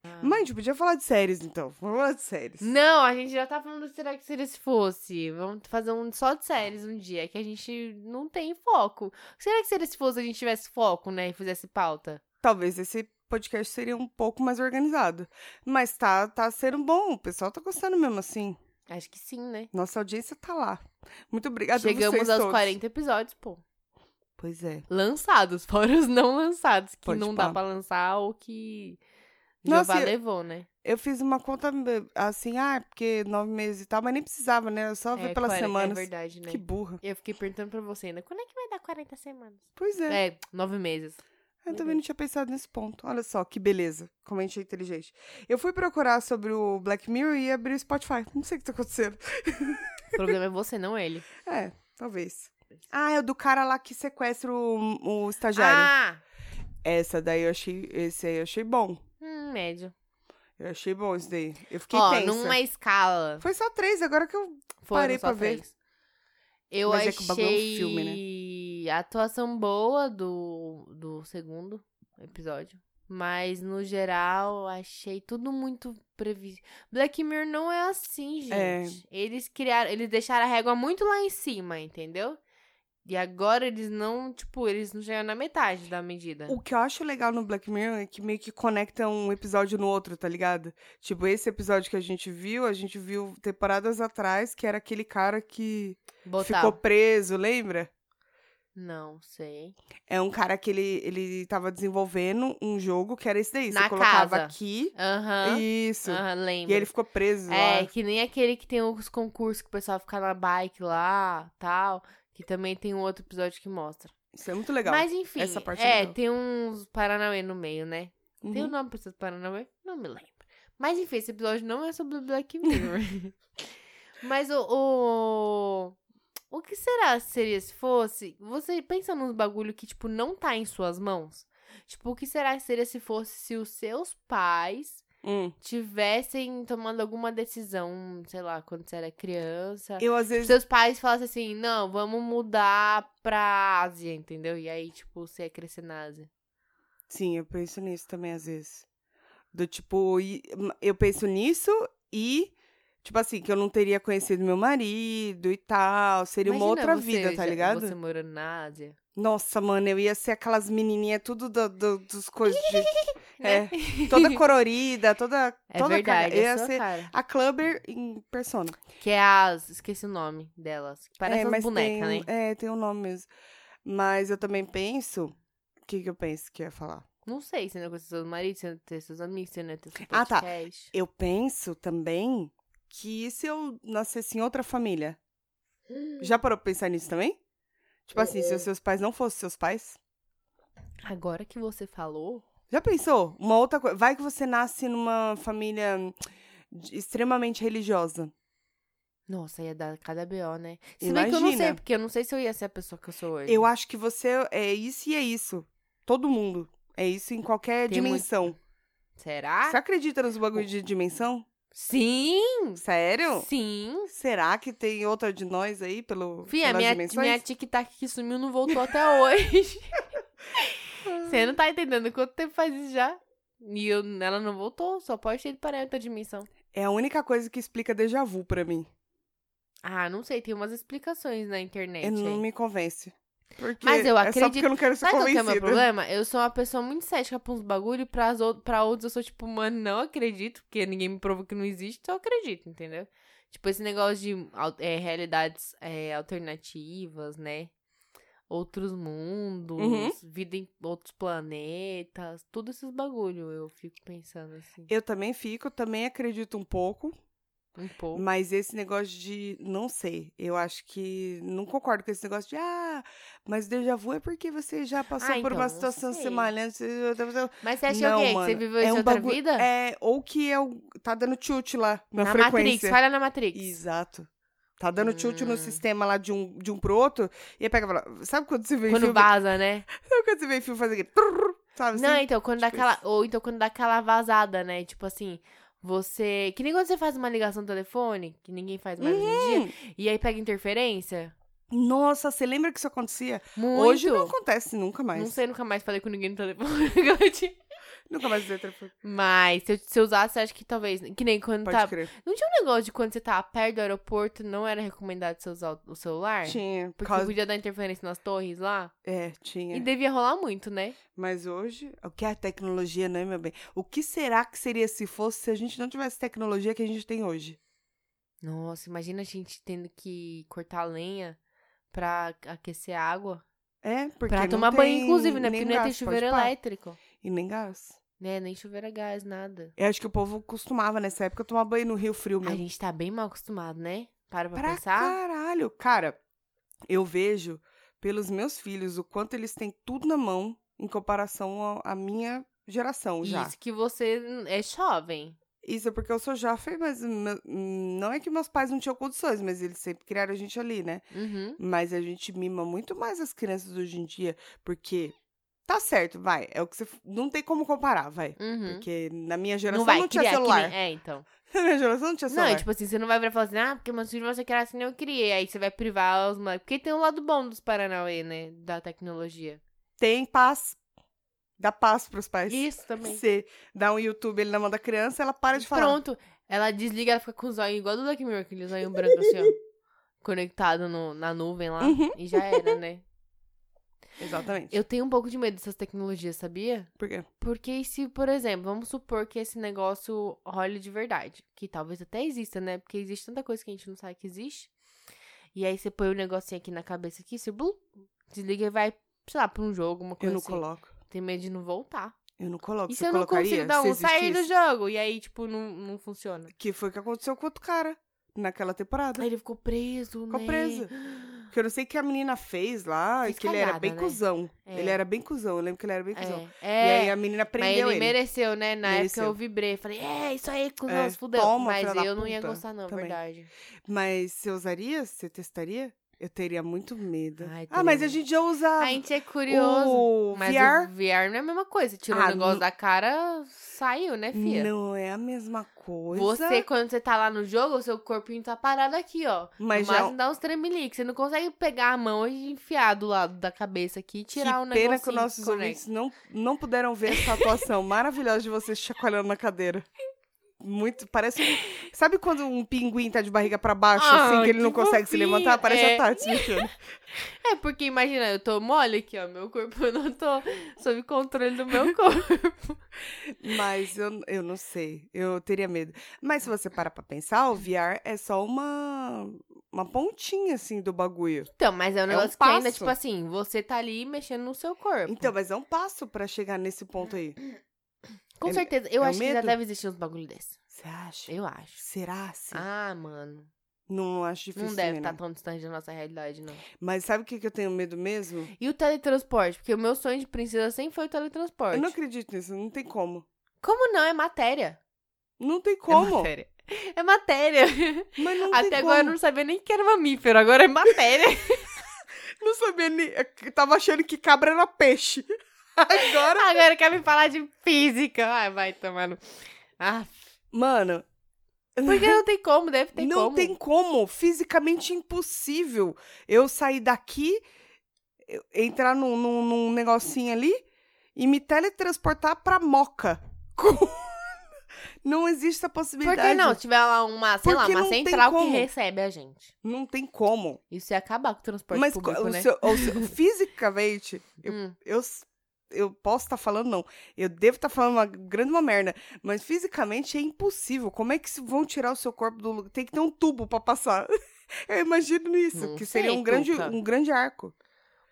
Ah.
Mãe, a gente podia falar de séries, então. Vamos falar de séries.
Não, a gente já tá falando do Será que Seria se fosse. Vamos fazer um só de séries um dia, que a gente não tem foco. Será que seria se fosse a gente tivesse foco, né? E fizesse pauta?
Talvez esse podcast seria um pouco mais organizado. Mas tá, tá sendo bom, o pessoal tá gostando mesmo assim.
Acho que sim, né?
Nossa audiência tá lá. Muito obrigada a
Chegamos
vocês É,
aos
todos.
40 episódios, pô.
Pois é.
Lançados, fora os não lançados, que
Pode
não
pá.
dá pra lançar ou que
Não,
Jeová
assim,
levou, né?
Eu fiz uma conta assim, ah, porque nove meses e tal, mas nem precisava, né? Eu só vi
é,
pelas
40,
semanas.
É verdade, né?
Que burra.
Eu fiquei perguntando pra você ainda, quando é que vai dar 40 semanas?
Pois é.
É, nove meses.
Eu também não tinha pensado nesse ponto. Olha só, que beleza. Como a gente é inteligente. Eu fui procurar sobre o Black Mirror e abri o Spotify. Não sei o que tá acontecendo.
O problema é você, não ele.
É, talvez. Ah, é o do cara lá que sequestra o, o estagiário.
Ah!
Essa daí eu achei. Esse aí eu achei bom.
Hum, médio.
Eu achei bom esse daí. Eu fiquei
Ó, é-
tensa.
numa escala.
Foi só três, agora que eu.
Foram
Parei
só
pra ver.
três. Eu
Mas é que o bagulho é um
achei
filme, né?
a atuação boa do, do segundo episódio. Mas, no geral, achei tudo muito previsível. Black Mirror não é assim,
É.
gente. Eles criaram, eles deixaram a régua muito lá em cima, entendeu? E agora eles não, tipo, eles não chegaram na metade da medida.
O que eu acho legal no Black Mirror é que meio que conecta um episódio no outro, tá ligado? Tipo, esse episódio que a gente viu, a gente viu temporadas atrás, que era aquele cara que
Botar.
ficou preso, lembra?
Não sei.
É um cara que ele, ele tava desenvolvendo um jogo que era esse daí. Você
Na
colocava
casa.
aqui.
Aham.
Isso.
Aham,
E
lembro.
ele ficou preso
É,
lá.
que nem aquele que tem os concursos que o pessoal fica na bike lá, tal. Que também tem um outro episódio que mostra.
Isso é muito legal.
Mas enfim,
Essa parte é
é,
legal.
tem uns Paranauê no meio, né?
Uhum.
Tem o nome pra esses Paranauê? Não me lembro. Mas enfim, esse episódio não é sobre Black Mirror. Mas o, o... O que será seria se fosse... Você pensa nos bagulho que, tipo, não tá em suas mãos? Tipo, o que será que seria se fosse se os seus pais
Hum.
tivessem tomando alguma decisão, sei lá, quando você era criança.
Eu às vezes.
Seus pais falassem assim, não, vamos mudar pra Ásia, entendeu? E aí, tipo, você ia crescer na Ásia.
Sim, eu penso nisso também às vezes. Do tipo, e- eu penso nisso e. Tipo assim, que eu não teria conhecido meu marido e tal. Seria uma
Imagina
outra
você
vida, tá
já-
ligado?
Você morando na Ásia.
Nossa, mano, eu ia ser aquelas menininhas tudo do- do- dos coisas. de-
Né?
É. Toda colorida, toda.
É
toda
verdade,
caga- Eu
é
ia
sua
ser
cara.
A Clubber em persona.
Que é as... Esqueci o nome delas. que Parece umas bonecas,
É, tem,
né?
É, tem um nome mesmo. Mas eu também penso. O que, que eu penso que eu ia falar?
Não sei, se não ia ter seus maridos, se não ia ter seus amigos, se não ia ter seu
um- Ah, tá.
podcast.
Eu penso também que se eu nascesse em outra família. Já parou pra pensar nisso também? Tipo assim, se os seus pais não fossem seus pais.
Agora que você falou...
Já pensou? Uma outra coisa. Vai que você nasce numa família hum, de- extremamente religiosa.
Nossa, ia dar cada BO, né? Se bem que eu não
Imagina.
sei, porque eu não sei se eu ia ser a pessoa que eu sou hoje.
Eu acho que você é isso e é isso. Todo mundo. É isso em qualquer
Tem muito- Ah.
dimensão.
Será?
Você acredita nos bagulhos de dimensão?
Sim!
Sério?
Sim!
Será que tem outra de nós aí pelo,
Fih, a
pelas
minha,
dimensões?
minha tic-tac que sumiu não voltou até hoje. Você não tá entendendo quanto tempo faz isso já? E eu- ela não voltou, só pode ter ido para outra dimensão.
É a única coisa que explica déjà vu pra mim.
Ah, não sei, tem umas explicações na internet.
Eu não
aí.
me convence. Porque
Mas eu
É só
acredito-
porque eu não quero ser
Sabe qual que é o meu
convencida.
problema? Eu sou uma pessoa muito cética pra uns bagulho e pras ou- pra outros eu sou tipo, mano, não acredito, porque ninguém me prova que não existe, então eu acredito, entendeu? Tipo, esse negócio de al- é, realidades é, alternativas, né? Outros mundos,
Uhum.
vida em outros planetas, tudo esses bagulho eu fico pensando assim,
Eu também fico, também acredito um pouco,
um pouco.
mas esse negócio de. Não sei. Eu acho que. Não concordo com esse negócio de. Ah, mas déjà vu é porque você já passou
Ah,
por
então,
uma
não
situação
sei.
semelhante.
Mas você acha
não,
o quê?
mano,
que você viveu
é
isso
um
em outra
bagulho-
vida?
É, ou que é o- tá dando tilt lá na,
na
frequência.
Matrix, falha na Matrix.
Exato. Tá dando tilt
Hum.
no sistema lá de um, de um pro outro. E aí pega e fala, sabe quando você vê
Quando
filme?
vaza, né?
Sabe quando você vê filme fazer aquele... trrr, Sabe
Não,
assim?
então, quando dá
tipo
aquela. Ou então quando dá aquela vazada, né? Tipo assim, você. Que nem quando você faz uma ligação no telefone, que ninguém faz mais hoje
Hum.
em
Uhum.
dia, e aí pega interferência.
Nossa, você lembra que isso acontecia?
Muito.
Hoje não acontece nunca mais.
Não sei, nunca mais falei com ninguém no telefone.
Nunca mais usei telefone.
Mas se eu, se eu usasse, eu acho que talvez. Que nem quando
Pode
tá.
crer.
Não tinha um negócio de quando você tá perto do aeroporto, não era recomendado você usar o- o celular?
Tinha. por
Porque
É. causa-
podia dar interferência nas torres lá.
É, tinha.
E devia rolar muito, né?
Mas hoje, o que é a tecnologia, né, meu bem? O que será que seria se fosse se a gente não tivesse tecnologia que a gente tem hoje?
Nossa, imagina a gente tendo que cortar lenha pra aquecer a água.
É, porque.
pra
não
tomar
tem
banho, inclusive, né?
nem
Porque não ia ter
gás, pode
chuveiro
pá.
elétrico.
E nem gás.
Né? Nem chuveiro a gás, nada.
Eu acho que o povo costumava nessa época tomar banho no Rio Frio
A
mesmo.
gente tá bem mal acostumado, né? Para pra,
pra
pensar.
caralho. Cara, eu vejo pelos meus filhos o quanto eles têm tudo na mão em comparação ao- à minha geração já.
Isso que você é jovem.
Isso é porque eu sou jovem, mas meu- não é que meus pais não tinham condições, mas eles sempre criaram a gente ali, né?
Uhum.
Mas a gente mima muito mais as crianças hoje em dia, porque tá certo, vai. É o que você. f- Não tem como comparar, vai.
Uhum.
Porque na minha
não
geração não,
vai
tinha
criar que nem-
celular.
É, então.
Na minha geração não tinha
Não,
celular.
é tipo assim, você não vai virar e falar assim, ah, porque meus filhos vão ser criados assim, eu criei. Aí você vai privar os moleques. Porque tem um lado bom dos Paranauê, né? Da tecnologia.
Tem paz. Dá paz pros pais.
Isso também.
Você dá um YouTube ele na mão da criança, ela para de falar.
Pronto. Ela desliga, ela fica com os olhos igual do Black Mirror, aquele olhinho branco assim, ó. Conectado no, na nuvem lá.
Uhum.
E já era, né?
Exatamente.
Eu tenho um pouco de medo dessas tecnologias, sabia?
Por quê?
Porque e se, por exemplo, vamos supor que esse negócio role de verdade. Que talvez até exista, né? Porque existe tanta coisa que a gente não sabe que existe. E aí você põe o negocinho aqui na cabeça aqui, você blum, desliga e vai, sei lá, pra um jogo, uma
Eu
coisa
não
assim.
coloco.
Tem medo de não voltar.
Eu não coloco.
e se
Você
eu não
colocaria?
consigo dar
se
um sair do
existisse?
jogo? E aí, tipo, não, não funciona.
Que foi o que aconteceu com outro cara naquela temporada.
Aí ele ficou preso,
Ficou
né?
preso. Que eu não sei o que a menina fez lá,
Fez
e que ele era
cagada,
bem
né?
cuzão.
É.
Ele era bem cuzão, eu lembro que ele era bem cuzão.
É, é.
E aí a menina
mas
prendeu
ele,
ele.
mereceu, né? Na
Mereceu.
época eu vibrei. Falei, é, isso aí, cuzão,
É,
se fudeu.
toma,
Mas
filha da
eu não ia
puta.
gostar, não,
Também.
verdade.
Mas você usaria? Você testaria? Eu teria muito medo.
Ai,
ah, mas a
teria.
gente já usa
A gente é curioso.
o
Mas o
VR.
VR não é a mesma coisa. Tirou
Ah,
o negócio
não-
da cara, saiu, né, filha?
Não é a mesma coisa.
Você, quando você tá lá no jogo, o seu corpinho tá parado aqui, ó.
mas é um já...
Mas dá uns tremeliques. Você não consegue pegar a mão e enfiar do lado da cabeça aqui e tirar o
que
negócio.
pena que os nossos ouvintes não, não puderam ver essa atuação maravilhosa de você chacoalhando na cadeira. Muito, parece um... Sabe quando um pinguim tá de barriga pra baixo,
Ah,
assim, que ele não
que
consegue se
fofinho.
levantar? Parece
É.
a Tati se mexendo.
É, porque imagina, eu tô mole aqui, ó. Meu corpo, eu não tô sob controle do meu corpo.
Mas eu, eu não sei, eu teria medo. Mas se você parar pra pensar, o VR é só uma, uma pontinha, assim, do bagulho.
Então, mas é um
um
negócio que ainda,
passo.
tipo assim, você tá ali mexendo no seu corpo.
Então, mas é um passo pra chegar nesse ponto aí.
Com
é-
certeza. Eu
é o
acho que já
medo?
deve existir uns bagulho desse.
Você acha?
Eu acho.
Será, sim?
Ah, mano.
Não tá acho difícil
Não deve
também,
estar
não.
tão distante da nossa realidade, não.
Mas sabe o que que eu tenho medo mesmo?
E o teletransporte? Porque o meu sonho de princesa sempre foi o teletransporte.
Eu não acredito nisso, não tem como.
Como não? É matéria.
Não tem
É
como.
matéria. É matéria.
mas não
Até
tem
agora eu
como.
não sabia nem que era mamífero, agora é matéria.
Não sabia nem. eu tava achando que cabra era peixe. Agora.
agora quer me falar de física. Ai, vai tomando. Ah,
Mano,
porque não tem como, deve ter
não
como.
tem como. Fisicamente impossível eu sair daqui, eu entrar num, num, num negocinho ali e me teletransportar pra moca. Com- Não existe essa
Por
possibilidade.
que não? Se tiver lá uma, sei lá,
Porque
uma
não tem
central que
como.
recebe a gente.
Não tem como.
Isso ia acabar com o transporte
Mas
público,
o
né?
seu- o seu- fisicamente, eu
Hum.
eu, s- eu posso estar falando, não. Eu devo estar falando uma grande uma merda. Mas fisicamente é impossível. Como é que se vão tirar o seu corpo do lugar? Tem que ter um tubo pra passar. Eu imagino isso,
Não
que
sei,
seria um grande,
Tuca.
um grande arco.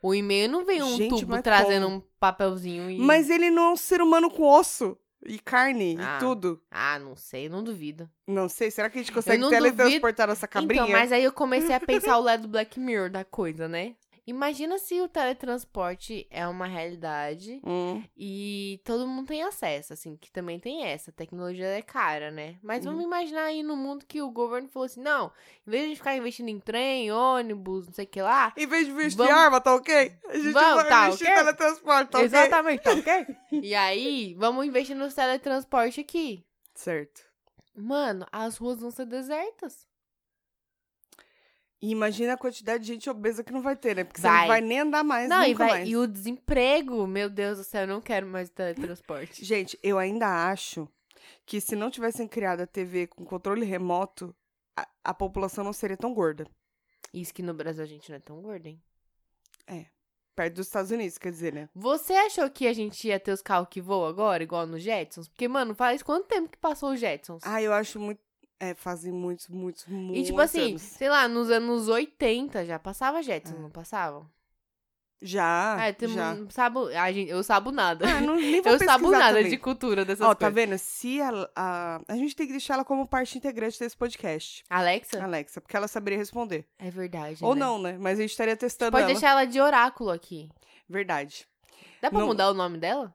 O e-mail não vem um
Gente,
tubo
mas
trazendo
como?
um papelzinho e...
Mas ele não é um ser humano com osso e carne
Ah.
e tudo.
Ah, não sei, não duvido.
Não sei, será que a gente consegue
não
teletransportar nossa cabrinha?
Então, mas aí eu comecei a pensar o lado do Black Mirror da coisa, né? Imagina se o teletransporte é uma realidade
Hum,
e todo mundo tem acesso, assim, que também tem essa. A tecnologia é cara, né? Mas
Uhum.
vamos imaginar aí no mundo que o governo falou assim: não, em vez de ficar investindo em trem, ônibus, não sei o que lá.
Em vez de vestir
Vamos-
arma, tá ok? A gente
Vamos,
vai
tá
vestir
ok?
teletransporte, tá ok?
Exatamente, tá ok? e aí, vamos investir no teletransporte aqui.
Certo.
Mano, as ruas vão ser desertas.
E imagina a quantidade de gente obesa que não vai ter, né? Porque você
Vai.
não vai nem andar mais,
não,
nunca
e, vai-
mais.
e o desemprego, meu Deus do céu, eu não quero mais teletransporte.
Gente, eu ainda acho que se não tivessem criado a TV com controle remoto, a, a população não seria tão gorda.
Isso que no Brasil a gente não é tão gordo, hein?
Perto dos Estados Unidos, quer dizer, né?
Você achou que a gente ia ter os carros que voam agora, igual no Jetsons? Porque, mano, faz quanto tempo que passou o Jetsons?
Ah, eu acho muito. É, fazem muitos, muitos, muitos.
e, tipo assim,
anos.
sei lá, nos anos 80 já passava Jetsons, não passava?
Já.
Ah, tem
já.
um sabo... a gente- eu sabo nada.
Ah, não, nem vou
eu
pesquisar
sabo nada
também.
de cultura dessas
Ó, tá
coisas.
vendo? Se a, a. A gente tem que deixar ela como parte integrante desse podcast,
Alexa?
Alexa, porque ela saberia responder.
É verdade,
Ou
Tá. né?
não, né? Mas a gente estaria testando
Pode
ela.
deixar ela de oráculo aqui.
Verdade.
Dá pra
Não-
mudar o nome dela?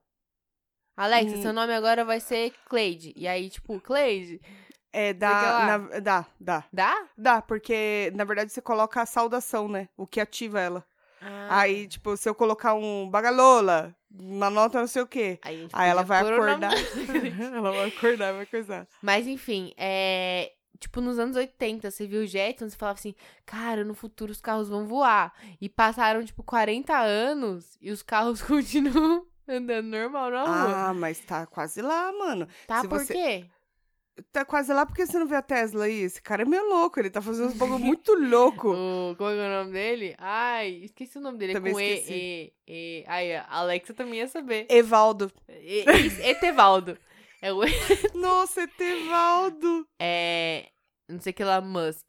Alexa,
Hum.
seu nome agora vai ser Cleide. E aí, tipo, Cleide,
É,
Fica
dá.
lá.
na- dá, dá.
dá?
Dá, porque na verdade você coloca a saudação, né? O que ativa ela.
Ah.
Aí, tipo, se eu colocar um bagalola, uma nota não sei o quê.
Aí a gente
Aí ela vai
podia pôr o nome
acordar.
dela.
ela vai acordar, vai coisar.
Mas enfim, é. Tipo, nos anos 80, você viu o Jetson, você falava assim, cara, no futuro os carros vão voar. E passaram, tipo, 40 anos e os carros continuam andando normal na rua.
Ah, mas tá quase lá, mano.
tá
se
por
você-
quê?
Tá quase lá porque você não vê a Tesla aí. Esse cara é meio louco, ele tá fazendo uns bagulho muito louco.
O, como é que é o nome dele? Ai, esqueci o nome dele. é
Também
com e,
esqueci.
e, e. Ai, a Alexa também ia saber.
Evaldo.
E- e- Etevaldo. É o.
Nossa, é Etevaldo.
É. Não sei o que lá, Musk.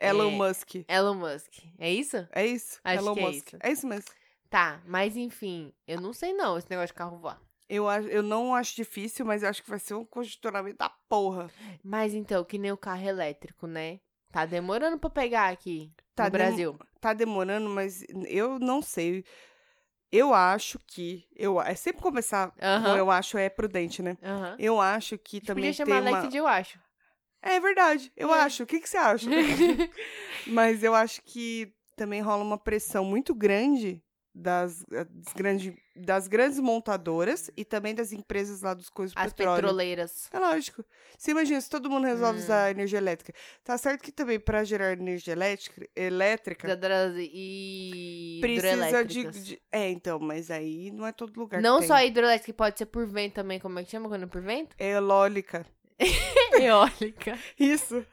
Elon
É.
Musk.
Elon Musk. É isso?
É isso?
Acho
Elon
que é
Musk.
isso.
É isso mesmo.
Tá, mas enfim, eu não sei não esse negócio de carro voar.
Eu, acho- eu não acho difícil, mas eu acho que vai ser um congestionamento da porra.
Mas então, que nem o carro elétrico, né? Tá demorando pra pegar aqui
Tá
no
dem-
Brasil.
Tá demorando, mas eu não sei. Eu acho que. Eu, é sempre começar. com
Aham. Tipo,
Eu acho é prudente, né?
Aham.
Eu acho que
Eu
também
podia
tem
chamar Alexa
uma...
de eu acho.
É verdade, eu
É.
acho. O que, que você acha? Mas eu acho que também rola uma pressão muito grande das, eh, das, grandes, das grandes montadoras e também das empresas lá dos coisas do
As
petróleo.
petroleiras.
É lógico. Você imagina se todo mundo resolve
Hum.
usar energia elétrica. Tá certo que também para gerar energia elétrica, elétrica
hidroelétricas E
precisa de,
hidroelétricas.
de- É, então, mas aí não é todo lugar
Não
que
só
tem.
hidrelétrica, que pode ser por vento também. Como é que chama quando é por vento?
É eólica.
Eólica.
Isso.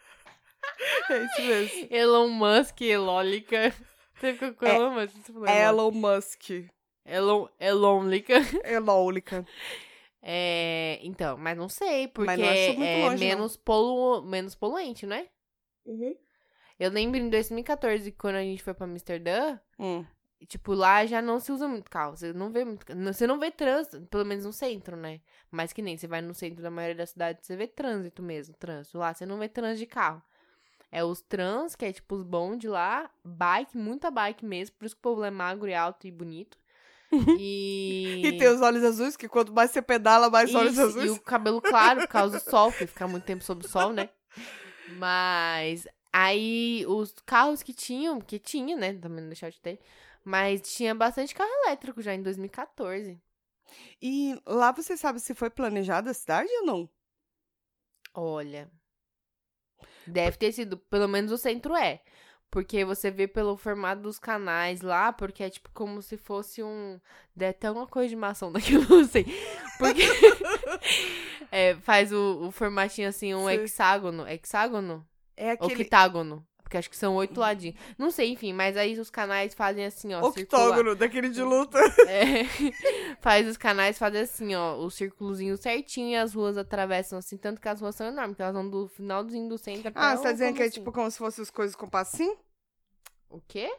é isso mesmo.
Elon Musk, Elólica. Você ficou com
É-
Elon Musk? Você falou Elon.
Elon Musk.
Elon. Elonlica.
Eólica.
É, então, mas não sei, porque
Mas não acho muito
é
longe, não.
menos, polu... menos poluente, né?
Uhum.
Eu lembro em 2014, quando a gente foi pra Amsterdã,
Hum.
e, tipo, lá já não se usa muito carro. Você não vê muito. não- Você não vê trânsito, pelo menos no centro, né? Mas que nem você vai no centro da maioria da cidade, você vê trânsito mesmo, trânsito. Lá você não vê trânsito de carro. É os trans, que é tipo os bondes lá, bike, muita bike mesmo, por isso que o povo é magro e alto e bonito. E,
E tem os olhos azuis, que quanto mais você pedala, mais olhos
Isso,
azuis.
E o cabelo claro por causa do sol, porque ficar muito tempo sob o sol, né? Mas aí os carros que tinham, que tinha, né? Também não deixar de ter. Mas tinha bastante carro elétrico já em 2014.
E lá você sabe se foi planejada a cidade ou não?
Olha. Deve ter sido, pelo menos o centro é. Porque você vê pelo formato dos canais lá, porque é tipo como se fosse um. Deve até uma coisa de maçom daquilo, não sei. Porque. É, faz o, o formatinho assim, um
Sei.
hexágono. Hexágono?
É
Ou
aquele
Octágono. Porque acho que são oito ladinhos. Não sei, enfim, mas aí os canais fazem assim, ó.
octógono daquele de luta.
circular. É. Faz os canais fazem assim, ó, o círculozinho certinho e as ruas atravessam assim, tanto que as ruas são enormes, porque elas vão do finalzinho do centro até
Ah,
o
você tá dizendo que é
comecinho.
tipo como se fossem as coisas com passinho?
O quê?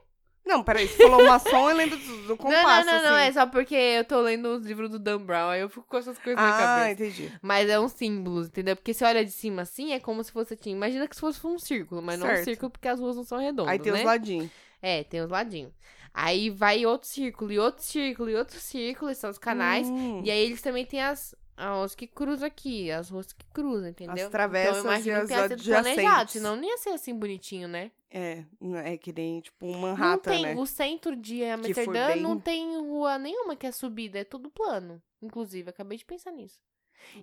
Não, peraí, você falou maçom, eu lembro do, do compasso,
não, não, não,
assim.
não, é só porque eu tô lendo os livros do Dan Brown, aí eu fico com essas coisas na
Ah,
cabeça.
entendi.
Mas é um símbolo, entendeu? Porque se olha de cima assim, é como se fosse assim. Imagina que se fosse um círculo, mas não um
Certo.
círculo porque as ruas não são redondas.
Aí tem
né?
os ladinhos.
É, tem os ladinhos. Aí vai outro círculo, e outro círculo, e outro círculo, e são os canais.
Hum,
E aí eles também têm as, as que cruzam aqui, as ruas que cruzam, entendeu?
As travessas
então eu
e
imagino que
as
tenha sido planejado,
adjacentes.
senão não ia ser assim bonitinho, né?
É, não- é que nem tipo um
não
Manhattan,
tem,
né?
o centro de
Que foi
Amsterdã
bem-
não tem rua nenhuma que é subida, é tudo plano. Inclusive, acabei de pensar nisso.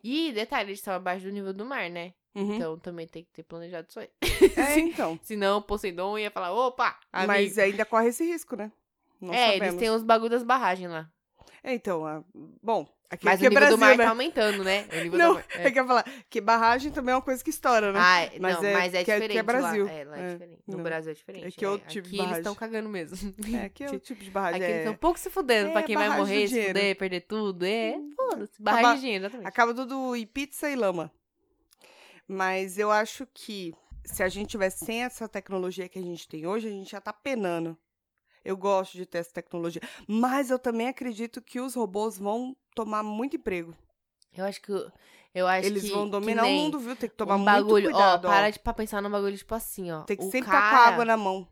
E detalhe, eles estão abaixo do nível do mar, né?
Uhum.
Então também tem que ter planejado isso aí.
é, então.
Senão o Poseidon ia falar, opa, amigo.
Mas ainda corre esse risco, né? Não
é,
sabemos.
eles têm os bagulho das barragens lá.
É, então, ah, bom, aqui,
Mas
aqui
o
é
nível
Brasil,
do mar
né?
tá aumentando, né? O nível
Não,
do mar.
É. que eu ia falar que barragem também é uma coisa que estoura, né?
Ah, é-
Mas
não,
é-
mas é
que é- que é
diferente. lá.
Brasil.
É, lá é
É,
diferente. No
não.
Brasil é diferente.
É que é outro tipo de
Aqui eles
barragem.
estão cagando mesmo.
É, que é o tipo de barragem.
Ah, Aqui eles
é-
estão pouco se fudendo pra
É,
quem vai
barragem de
morrer, se
dinheiro.
fuder, perder tudo. É,
Hum.
foda-se. Barragem de dinheiro, exatamente.
Acaba tudo em pizza e lama. Mas eu acho que se a gente tivesse sem essa tecnologia que a gente tem hoje, a gente já tá penando. Eu gosto de ter essa tecnologia. Mas eu também acredito que os robôs vão tomar muito emprego.
Eu acho que. Eu acho
Eles
que,
vão
que
dominar
nem
o mundo, viu? Tem que tomar
um
muito
bagulho,
cuidado.
ó,
ó.
para de pra pensar num bagulho tipo assim, ó.
Tem que
o
sempre
cara...
tacar água né? na mão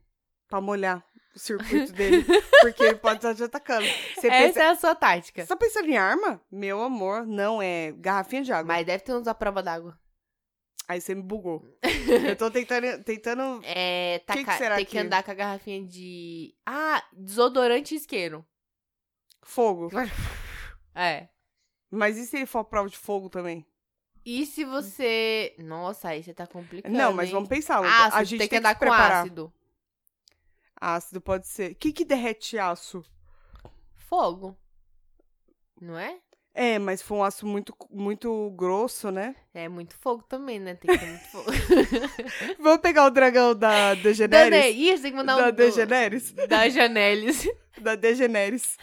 pra molhar o circuito dele. porque ele pode estar te atacando. Você
Essa
pensa...
é a sua tática.
Você tá pensando em arma? Meu amor, não é garrafinha de água.
Mas deve ter uns à prova d'água.
Aí você me bugou. eu tô tentando, tentando
É,
que
tacar,
será
tem que
que-
andar com a garrafinha de. Ah, desodorante e isqueiro.
fogo.
É.
Mas e se ele for a prova de fogo também?
E se você. Nossa, aí você tá complicando.
não, mas
hein?
vamos pensar.
Ácido,
a gente
tem que
se
andar com
preparar.
ácido.
Ácido pode ser. O que, que derrete aço?
Fogo. Não é?
É, mas foi um aço muito, muito grosso, né?
É muito fogo também, né? Tem que ter muito fogo.
Vamos pegar o dragão da
Dane,
Degeneres?
isso, tem que mandar um.
Da
do-
Degeneres?
Da Janelis.
Da Degeneres.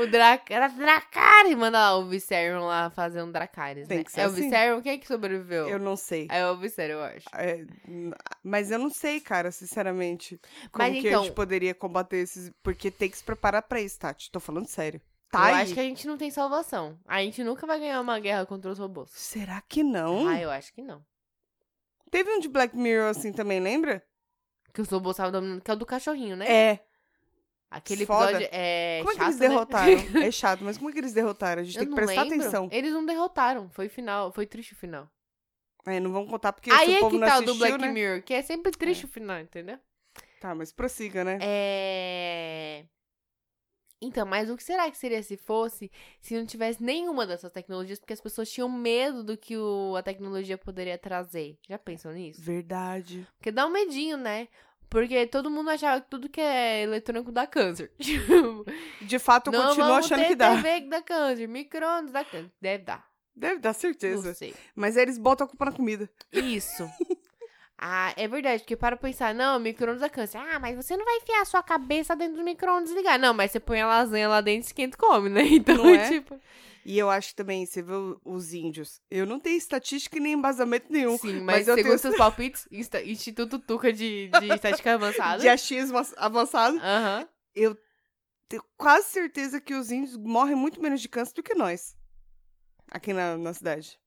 O Drac... Era Dracarys. Manda o Viserion lá fazer um Dracarys,
Tem
né?
que ser
é o
assim.
Viserion? Quem é que sobreviveu?
Eu não sei.
É o Viserion, eu acho.
É, n- mas eu não sei, cara, sinceramente. Como
Mas
que a
então-
gente poderia combater esses. Porque tem que se preparar pra isso, Tati. Tô falando sério. Tá
eu
aí.
acho que a gente não tem salvação. A gente nunca vai ganhar uma guerra contra os robôs.
Será que não?
Ah, eu acho que não.
Teve um de Black Mirror assim também, lembra?
Que os robôs estavam dominando, que é o do cachorrinho, né?
É.
Aquele
Foda.
episódio é.
como é que
chato,
eles
né?
derrotaram? É chato, mas como é que eles derrotaram? A gente
Eu
tem que
não
prestar
lembro.
atenção.
Eles não derrotaram. Foi final. Foi triste o final.
É, não vamos contar porque
Aí
se o
é
povo
que
não
tá o
assistiu,
do Black
né?
Mirror, que é sempre triste o final, entendeu?
Tá, mas prossiga, né?
É. Então, mas o que será que seria se fosse se não tivesse nenhuma dessas tecnologias? Porque as pessoas tinham medo do que o- a tecnologia poderia trazer. Já pensam nisso?
Verdade.
Porque dá um medinho, né? Porque todo mundo achava que tudo que é eletrônico dá câncer. Tipo,
De fato, eu
não
continuo
vamos
achando
ter
que dá.
TV que dá câncer, micro-ondas dá câncer. Deve dar.
Deve dar
Não
certeza.
sei.
Mas aí eles botam a culpa na comida.
Isso. Ah, é verdade, porque para pensar, não, micro-ondas dá câncer. Ah, mas você não vai enfiar a sua cabeça dentro do micro-ondas e ligar. Não, mas você põe a lasanha lá dentro e esquenta e come, né? Então,
Não é?
tipo.
E eu acho também, você vê o- os índios. Eu não tenho estatística e nem embasamento nenhum.
Sim, mas,
mas eu
segundo
tenho-
seus palpites, insta- Instituto Tuca de, de Estática Avançada.
De achismo as- avançado.
Aham.
Tenho quase certeza que os índios morrem muito menos de câncer do que nós. Aqui na, na cidade.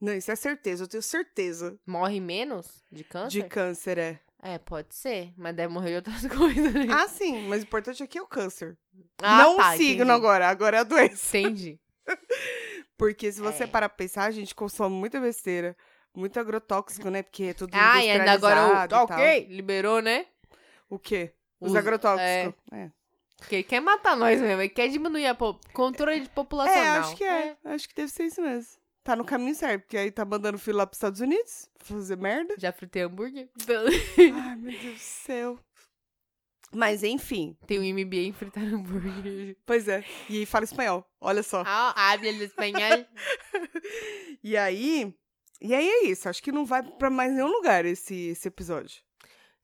Não, isso é certeza. Eu tenho certeza
Morre menos de câncer?
de câncer, é.
É, pode ser, mas deve morrer de outras coisas, né?
Ah, sim, mas o importante aqui é o câncer.
Ah,
não
tá,
o signo
entendi.
agora, agora é a doença.
Entendi.
Porque se você
É.
parar pra pensar, a gente consome muita besteira, muito agrotóxico, né? Porque é tudo
Ah, e ainda agora o.
industrializado
Tá
e tal.
ok, liberou, né?
O quê? Os,
Os-
agrotóxicos. É,
Porque quer matar nós mesmo, ele quer diminuir a po- controle de
É,
populacional.
acho que é. Acho que deve ser isso mesmo. Tá no caminho certo, porque aí tá mandando filho lá pros Estados Unidos fazer merda.
Já fritei hambúrguer? Então,
Ai, meu Deus do céu. Mas enfim,
Tem um MBA em fritar hambúrguer.
pois é. E aí fala espanhol, olha só.
Ah, habla el espanhol.
E aí. E aí é isso. Acho que não vai pra mais nenhum lugar esse, esse episódio.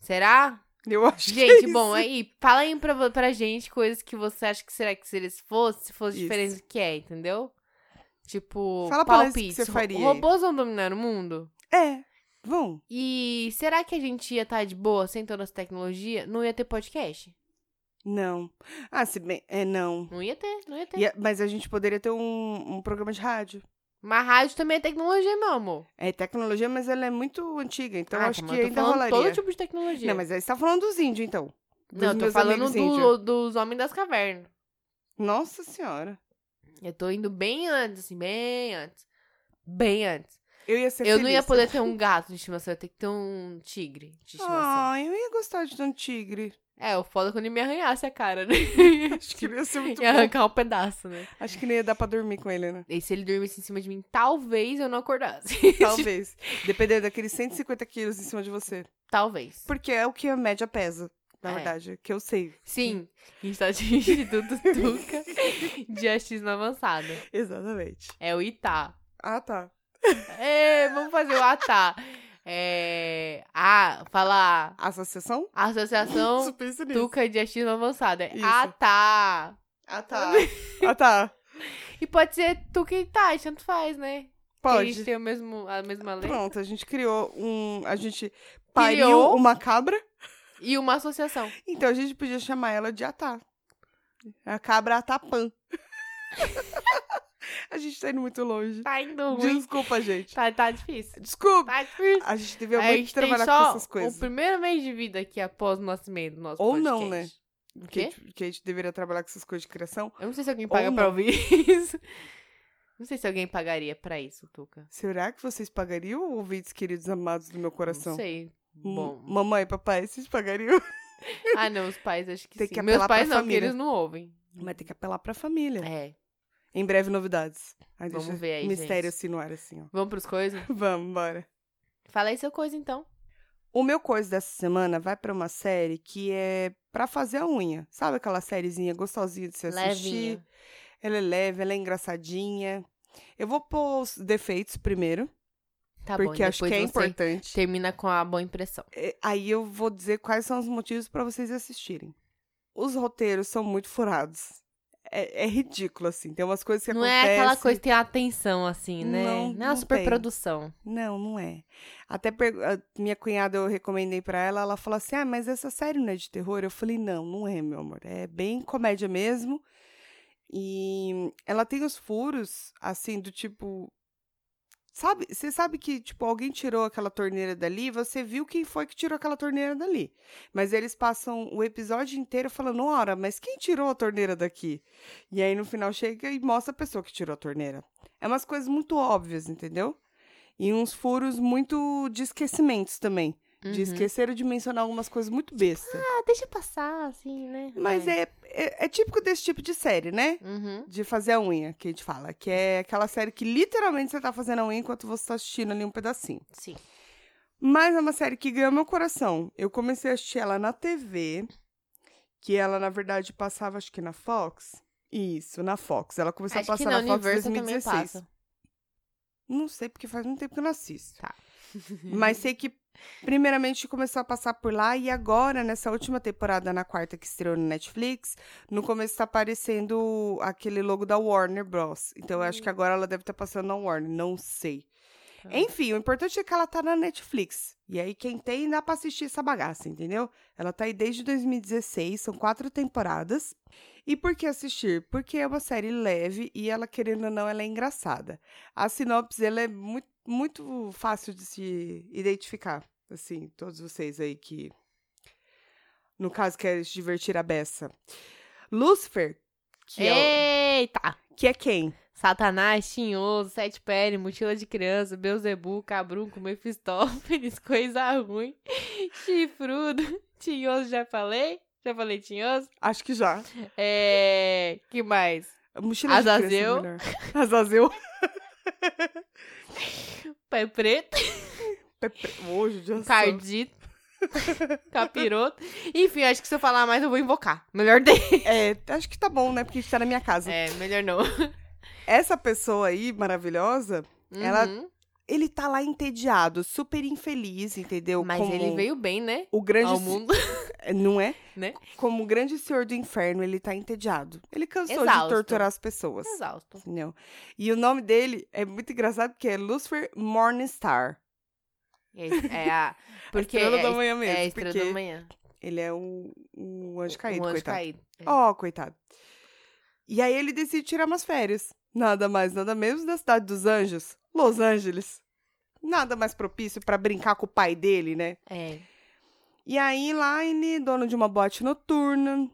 Será?
Eu acho que. é
Gente,
isso.
bom, aí, fala aí pra, vo- pra gente coisas que você acha que será que seria se fosse, se fosse
Isso.
diferente do que é, entendeu? Tipo,
Fala pra nós o que
palpites.
você faria aí.
Robôs vão dominar o mundo?
É. Vão.
E será que a gente ia estar de boa sem toda essa tecnologia? Não ia ter podcast?
Não. Ah, se bem. É, não.
Não ia ter, não ia ter.
E a- mas a gente poderia ter um, um programa de rádio.
Mas rádio também é tecnologia, meu amor.
É tecnologia, mas ela é muito antiga, então
Ah,
acho
tá, mas
que
eu tô
ainda
falando
rolaria.
todo tipo de tecnologia.
Não, mas aí você tá falando dos índios, então. Dos
Não, eu tô
meus
falando
amigos índios.
do, dos homens das cavernas.
Nossa senhora.
Eu tô indo bem antes, assim, bem antes. Bem antes.
Eu ia ser
Eu não ia
feliz.
poder ter um gato de estimação, eu ia ter que ter um tigre de estimação.
Ah, eu ia gostar de ter um tigre.
É, o foda é quando ele me arranhasse a cara, né?
Acho que ia ser muito
ia
bom.
arrancar um pedaço, né?
Acho que nem ia dar pra dormir com ele, né?
E se ele dormisse em cima de mim, talvez eu não acordasse.
Talvez. Dependendo daqueles 150 quilos em cima de você.
talvez.
Porque é o que a média pesa, na
É.
verdade. Que eu sei.
Sim, a gente tá de Instituto Tuca de achismo avançado.
Exatamente.
É o Itá.
Ah, tá.
É, vamos fazer o Atá. É, a, fala
Associação?
a Associação
pensa nisso.
Tuca de Achismo Avançado. É
Isso.
Atá.
Ah, tá. ah, tá.
E pode ser Tuca e Itá, tanto faz, né?
Pode.
Eles têm o mesmo, a mesma lei.
Pronto, a gente criou um. A gente pariu
Criou?
uma cabra.
E uma associação.
Então a gente podia chamar ela de Atá. A cabra Atapã. a gente tá indo muito longe.
Tá indo ruim.
Desculpa, gente.
Tá, tá difícil.
Desculpa.
Tá difícil.
A gente devia
A
muito
gente tem
trabalhar
só
com essas coisas.
o primeiro mês de vida aqui após o nascimento do nosso
Ou não, né?
podcast.
Que, a
O quê?
gente- que a gente deveria trabalhar com essas coisas de criação.
Eu não sei se alguém paga
Ou
pra
não.
ouvir isso. Não sei se alguém pagaria pra isso, Tuca.
Será que vocês pagariam, ouvintes queridos amados do meu coração? Hum.
Não sei.
M-
Bom.
Mamãe, papai, vocês pagariam?
Ah, não, os pais acho que
Tem
sim.
que
Meus
apelar
pais
pra
não, porque
família.
eles não ouvem.
Mas tem que apelar pra família.
É.
Em breve, novidades. Aí
Vamos
deixa
ver aí,
Mistério
gente.
assim no ar, assim, ó.
Vamos pros coisas?
Vamos, bora.
Fala aí seu coisa, então.
O meu coisa dessa semana vai pra uma série que é pra fazer a unha. Sabe aquela sériezinha gostosinha de se assistir?
Levinha.
Ela é leve, ela é engraçadinha. Eu vou pôr os defeitos primeiro,
Tá bom,
porque
e
acho que
depois
é
você
importante.
termina com a boa impressão.
É, Aí eu vou dizer quais são os motivos pra vocês assistirem. Os roteiros são muito furados. É, é ridículo, assim. Tem umas coisas que
não
acontecem.
é aquela coisa que tem a atenção, assim, né?
Não,
Não é uma
não tem.
superprodução.
Não, não é. Até per- a minha cunhada eu recomendei pra ela, ela falou assim: "Ah, mas essa série não é de terror?" Eu falei: "Não, não é, meu amor. É bem comédia mesmo". E ela tem os furos assim do tipo Sabe, você sabe que tipo alguém tirou aquela torneira dali, você viu quem foi que tirou aquela torneira dali. Mas eles passam o episódio inteiro falando: "Ora, mas quem tirou a torneira daqui?" E aí no final chega e mostra a pessoa que tirou a torneira. É umas coisas muito óbvias, entendeu? E uns furos muito de esquecimentos também. De
Uhum.
esqueceram de mencionar algumas coisas muito besta.
Ah, deixa passar, assim, né?
Mas é, é, é típico desse tipo de série, né?
Uhum.
De fazer a unha, que a gente fala. Que é aquela série que literalmente você tá fazendo a unha enquanto você tá assistindo ali um pedacinho.
Sim.
Mas é uma série que ganhou meu coração. Eu comecei a assistir ela na TV, que ela, na verdade, passava, acho que na Fox. Isso, na Fox. Ela começou
Acho
a
que
passar
na
na, Fox em
Universal também
2016.
passa.
Não sei, porque faz muito tempo que eu não assisto.
Tá.
Mas sei que, primeiramente, começou a passar por lá. E agora, nessa última temporada, na quarta que estreou no Netflix, no começo tá aparecendo aquele logo da Warner Bros. Então, eu acho que agora ela deve estar passando na Warner. Não sei.
Uhum. Tá.
Enfim, o importante é que ela tá na Netflix. E aí, quem tem, dá pra assistir essa bagaça, entendeu? Ela tá aí desde 2016, são quatro temporadas. E por que assistir? Porque é uma série leve e ela, querendo ou não, ela é engraçada. A sinopse, ela é muito, muito fácil de se identificar. Assim, todos vocês aí que, no caso, querem se divertir a beça. Lucifer, que, é,
Eita!
o- que é quem?
Satanás, Tinhoso, Sete Pele, Mochila de Criança, Beuzebu, Cabrunco, Mefistófeles, Coisa Ruim, Chifrudo, Tinhoso, já falei? Já falei Tinhoso?
Acho que já.
É... que mais?
Mochila de
Azazel.
criança, é melhor. Azazel.
Pé Preto,
Pepe... Hoje, já sou.
Cardito, Capiroto. Enfim, acho que se eu falar mais eu vou invocar. Melhor deixar.
É, acho que tá bom, né? Porque a gente tá na minha casa.
É, melhor não.
Essa pessoa aí, maravilhosa, Ela-
Uhum.
ele tá lá entediado, super infeliz, entendeu?
Mas
Como
ele veio bem, né?
O grande.
Ao mundo.
Não é?
Né?
Como o grande senhor do inferno, ele tá entediado. Ele cansou
Exausto.
de torturar as pessoas.
Exausto.
Entendeu? E o nome dele é muito engraçado porque é Lucifer Morningstar.
É, é a... Porque
a estrela da
é,
manhã mesmo.
é a estrela
porque
da manhã.
Ele é o, o anjo
Um
caído,
anjo
coitado.
caído. É.
Ó, coitado. E aí ele decide tirar umas férias. Nada mais, nada menos da cidade dos anjos, Los Angeles. Nada mais propício pra brincar com o pai dele, né?
É.
E aí Line, dono de uma boate noturna,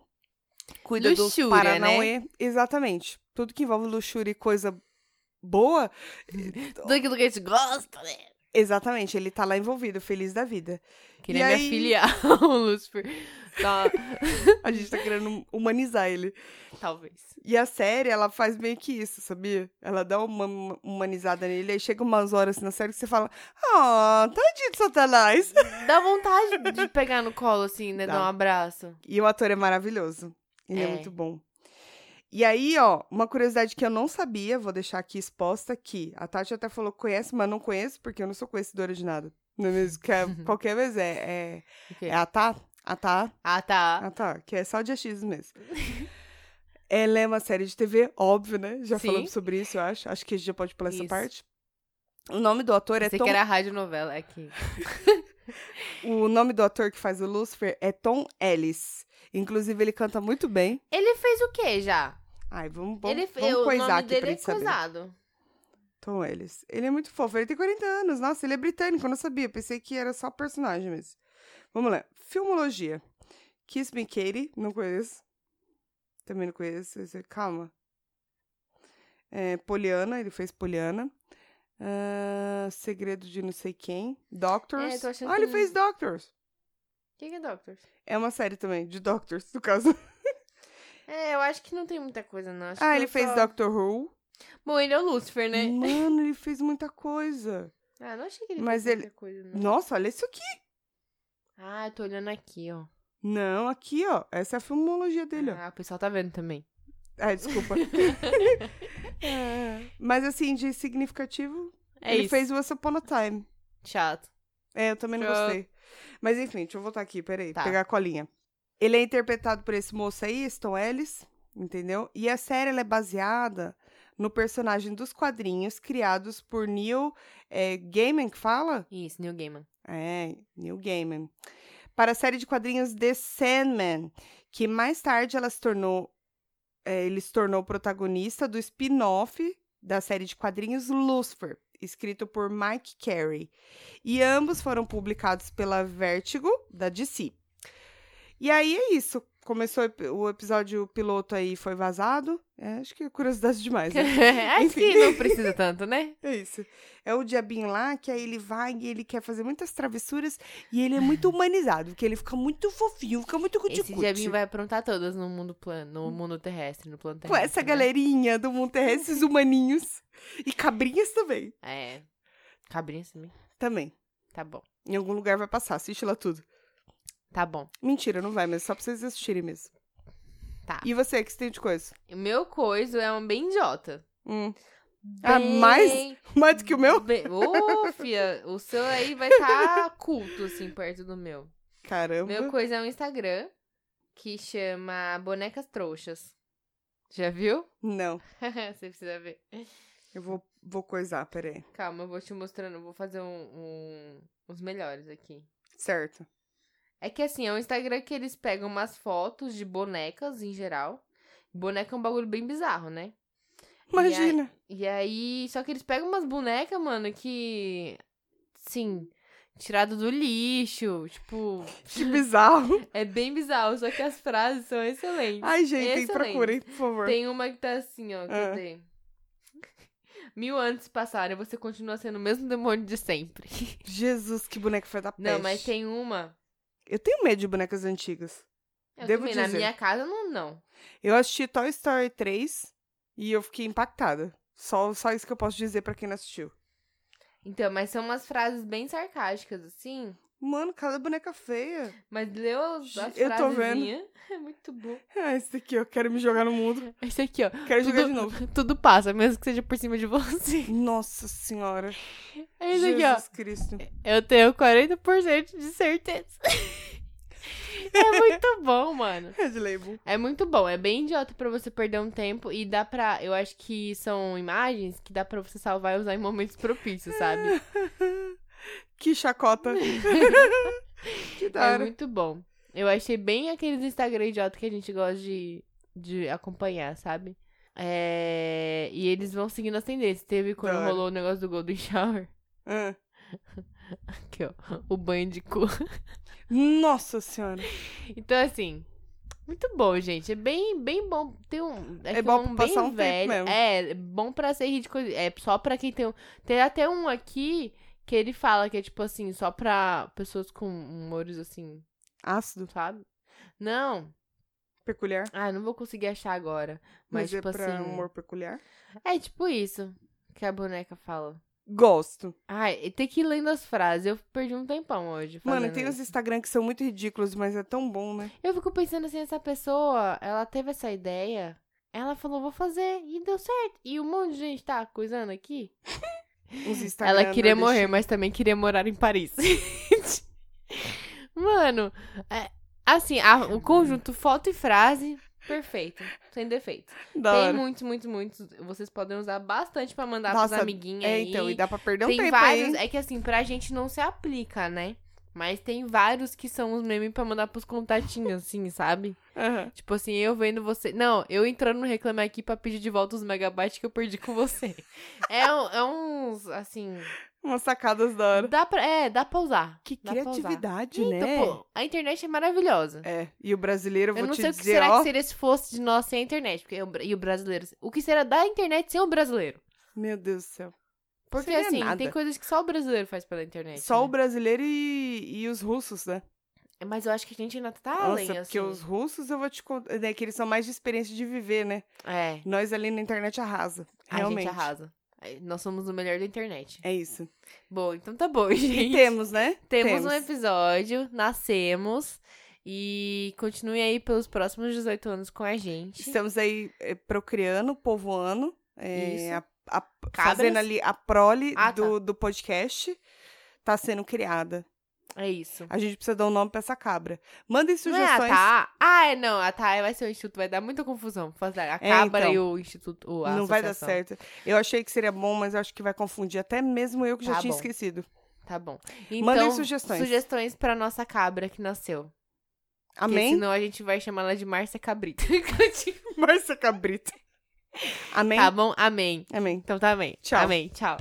cuida
Luxúria,
dos Paranauê. Exatamente. Tudo que envolve luxúria e coisa boa.
Tudo aquilo que a gente gosta, né?
Exatamente, ele tá lá envolvido, feliz da vida.
Queria
E
me
aí-
afiliar ao Lucifer. Tá,
A gente tá querendo humanizar ele.
talvez.
E a série, ela faz meio que isso, sabia? Ela dá uma uma humanizada nele, aí chega umas horas assim, na série que você fala: Ah, tadinho de Satanás.
Dá vontade de pegar no colo, assim, né?
Dá.
Dar um abraço.
E o ator é maravilhoso. Ele é.
É.
muito bom. E aí, ó, uma curiosidade que eu não sabia, vou deixar aqui exposta, que a Tati até falou que conhece, mas não conheço, porque eu não sou conhecedora de nada. Não é mesmo? Que é- qualquer vez é.
O
É,
quê?
é a Tá? A Tá?
Ah, tá.
Ah, tá. Que é só de achismo mesmo. Ela é uma série de TV, óbvio, né? Já
Sim.
falamos sobre isso, eu acho. Acho que a gente já pode pular essa
Isso.
parte. O nome do ator é
Você
Tom...
que era rádio novela, é que...
O nome do ator que faz o Lucifer é Tom Ellis. Inclusive, ele canta muito bem.
Ele fez o quê já?
Ai, vamos, vamos,
ele
vamos
eu-
coisar
o nome
aqui
dele
pra
é
gente saber.
coisado.
Tom Ellis. Ele é muito fofo. Ele tem 40 anos. Nossa, ele é britânico. Eu não sabia. Pensei que era só personagem mesmo. Vamos lá. Filmologia. Kiss Me Katie. Não conheço. Também não conheço. Esse- Calma. É, Poliana. Ele fez Poliana. Ah, Segredo de não sei quem. Doctors.
É, tô achando
ah, ele
que-
fez Doctors.
O que, que é Doctor?
É uma série também, de Doctors, no caso.
É, eu acho que não tem muita coisa, não. Acho
ah,
que
ele
eu
fez Hum.
só-
Doctor Who.
Bom, ele é o Lucifer, né?
Mano, ele fez muita coisa.
Ah, não achei que ele
Mas
fez
ele-
muita coisa, não.
Nossa, olha isso aqui.
Ah, eu tô olhando aqui, ó.
Não, aqui, ó. Essa é a filmologia dele, ó.
Ah, o pessoal tá vendo também.
Ah, desculpa. É, Mas assim, de significativo,
É
ele
isso.
fez Once Upon a Time.
Chato.
É, eu também não
Tchau.
gostei. Mas enfim, deixa eu voltar aqui, peraí,
Tá.
pegar a colinha. Ele é interpretado por esse moço aí, Ston Ellis, entendeu? E a série ela é baseada no personagem dos quadrinhos criados por Neil é, Gaiman, que fala?
Isso, New Gaiman.
É, Neil Gaiman. Para a série de quadrinhos The Sandman, que mais tarde ela se tornou, eh, ele se tornou protagonista do spin-off da série de quadrinhos Lucifer, escrito por Mike Carey. E ambos foram publicados pela Vertigo, da DC. E aí é isso. Começou o ep- o episódio piloto aí, foi vazado. É, acho que é curiosidade demais, né?
Acho
Enfim.
É que não precisa tanto, né?
É isso. É o diabinho lá, que aí ele vai e ele quer fazer muitas travessuras e ele é muito humanizado, porque ele fica muito fofinho, fica muito cuti
Esse diabinho vai aprontar todas no mundo plano, no mundo terrestre, no plano
Com
terrestre.
essa
né?
galerinha do mundo terrestre, esses humaninhos. E cabrinhas também.
É. Cabrinha também.
Também.
Tá bom.
Em algum lugar vai passar, assiste lá tudo.
Tá bom.
Mentira, não vai, mas só pra vocês assistirem mesmo.
Tá.
E você, que você tem de coisa?
O meu coiso é um bem idiota.
Hum. Ah, mais?
Bem-
Mais do que o meu?
Bem... Ô, fia, o seu aí vai estar culto, assim, perto do meu.
Caramba.
Meu coisa é um Instagram que chama Bonecas Trouxas. Já viu?
Não.
Você precisa ver.
Eu vou, vou coisar, peraí.
Calma, eu vou te mostrando, eu vou fazer um, um- os melhores aqui.
Certo.
É que assim, é um Instagram que eles pegam umas fotos de bonecas em geral. Boneca é um bagulho bem bizarro, né?
Imagina.
E aí, só que eles pegam umas bonecas, mano, que. Sim, tirado do lixo. Tipo,
Que bizarro.
é bem bizarro, só que as frases são excelentes.
Ai, gente,
Excelente.
procurem, por favor.
Tem uma que tá assim, ó,
Ah.
cadê? Mil anos passaram, você continua sendo o mesmo demônio de sempre.
Jesus, que boneca foi da peste.
Não, mas tem uma.
Eu tenho medo de bonecas antigas.
Eu
Devo
também, na
dizer.
minha casa, não, não.
Eu assisti Toy Story 3 e eu fiquei impactada. Só, só isso que eu posso dizer pra quem não assistiu.
Então, mas são umas frases bem sarcásticas, assim.
Mano, cada boneca feia.
Mas leu as
Ju-
as
eu tô vendo.
frasezinhas. É muito bom.
Ah, esse daqui, eu quero me jogar no mundo.
Esse aqui, ó.
Quero jogar
Tudo-
de novo.
Tudo passa, mesmo que seja por cima de você.
Nossa senhora.
É isso aqui, ó.
Jesus Cristo.
Eu tenho 40% de certeza. é muito bom, mano.
Red Label.
É muito bom, é bem idiota pra você perder um tempo e dá pra. Eu acho que são imagens que dá pra você salvar e usar em momentos propícios, sabe?
Que chacota. que da
É
hora.
muito bom. Eu achei bem aqueles Instagram idiota que a gente gosta de, de acompanhar, sabe? É... E eles vão seguindo as tendências. Teve quando
Da hora.
rolou o negócio do Golden Shower.
Ah.
Aqui, ó. O banho de cu.
Nossa senhora.
Então, assim. Muito bom, gente. É bem, bem bom. Tem um, é,
É
que
bom
um
pra
bem
passar um tempo
velho.
mesmo.
É, é bom pra ser rir de coisa. É só pra quem tem um. Tem até um aqui que ele fala que é tipo assim, só pra pessoas com humores assim,
Ácido,
sabe? Não.
peculiar.
Ah, não vou conseguir achar agora. Mas,
Mas,
tipo
é pra
assim.
humor peculiar.
É tipo isso que a boneca fala.
Gosto.
Ai, e tem que ir lendo as frases. Eu perdi um tempão hoje.
Mano,
fazendo
tem
isso.
uns Instagram que são muito ridículos, mas é tão bom, né?
Eu fico pensando assim, essa pessoa, ela teve essa ideia, ela falou, vou fazer, e deu certo. E um monte de gente tá coisando aqui.
Uns Instagram.
ela queria morrer,
nordestino.
mas também queria morar em Paris. Mano, é, assim, a- o conjunto foto e frase, perfeito, sem defeito.
Da
Tem
hora.
muitos, muitos, muitos. Vocês podem usar bastante pra mandar pros
Nossa,
amiguinhos
É,
aí.
então, e dá pra perder um
tem
tempo aí,
vários,
hein?
é que assim, pra gente não se aplica, né? Mas tem vários que são os memes pra mandar pros contatinhos, assim, sabe?
Aham.
Tipo assim, eu vendo você. Não, eu entrando no Reclame Aqui pra pedir de volta os megabytes que eu perdi com você. é, um- é uns, assim.
Umas sacadas da hora.
Dá pra, é, dá pra usar.
Que
Dá pra usar.
criatividade,
Então,
né?
pô, a internet é maravilhosa.
É, e o brasileiro, eu vou
eu não
te
sei o que
dizer,
será
ó,
que seria se fosse de nós sem a internet. Porque, eu- e o brasileiro. O que será da internet sem o brasileiro?
meu Deus do céu.
Porque
Seria
assim,
nada.
tem coisas que só o brasileiro faz pela internet.
Só o
né?
brasileiro e, e os russos, né?
Mas eu acho que a gente ainda tá
Nossa,
além,
porque
assim.
os russos, eu vou te contar, né, que eles são mais de experiência de viver, né?
É,
Nós ali na internet arrasa, realmente.
a gente arrasa. Nós somos o melhor da internet.
É isso.
Bom, então tá bom, gente.
Temos, né?
Temos, um episódio, nascemos. E continue aí pelos próximos 18 anos com a gente.
Estamos aí eh, procriando, povoando, eh,
Isso.
a- a-
Cabras.
fazendo ali a prole
Ah, tá.
do, do podcast. Tá sendo criada.
É isso.
A gente precisa dar um nome pra essa cabra. Mandem
Não é a
sugestões.
Tá? Ah, é, não. A Tá vai ser o instituto. Vai dar muita confusão. Faz A Cabra
então.
e o instituto. o- a
Não vai dar
associação.
certo. Eu achei que seria bom, mas eu acho que vai confundir até mesmo eu que já
Tá
tinha
bom.
esquecido.
Tá bom. Então,
Mandem sugestões.
Sugestões pra nossa cabra que nasceu. Porque
Amém?
senão a gente vai chamar ela de Márcia Cabrita.
Marcia Cabrita. Amém?
tá bom? Amém.
Amém.
Então tá bem.
Tchau.
Amém. Tchau.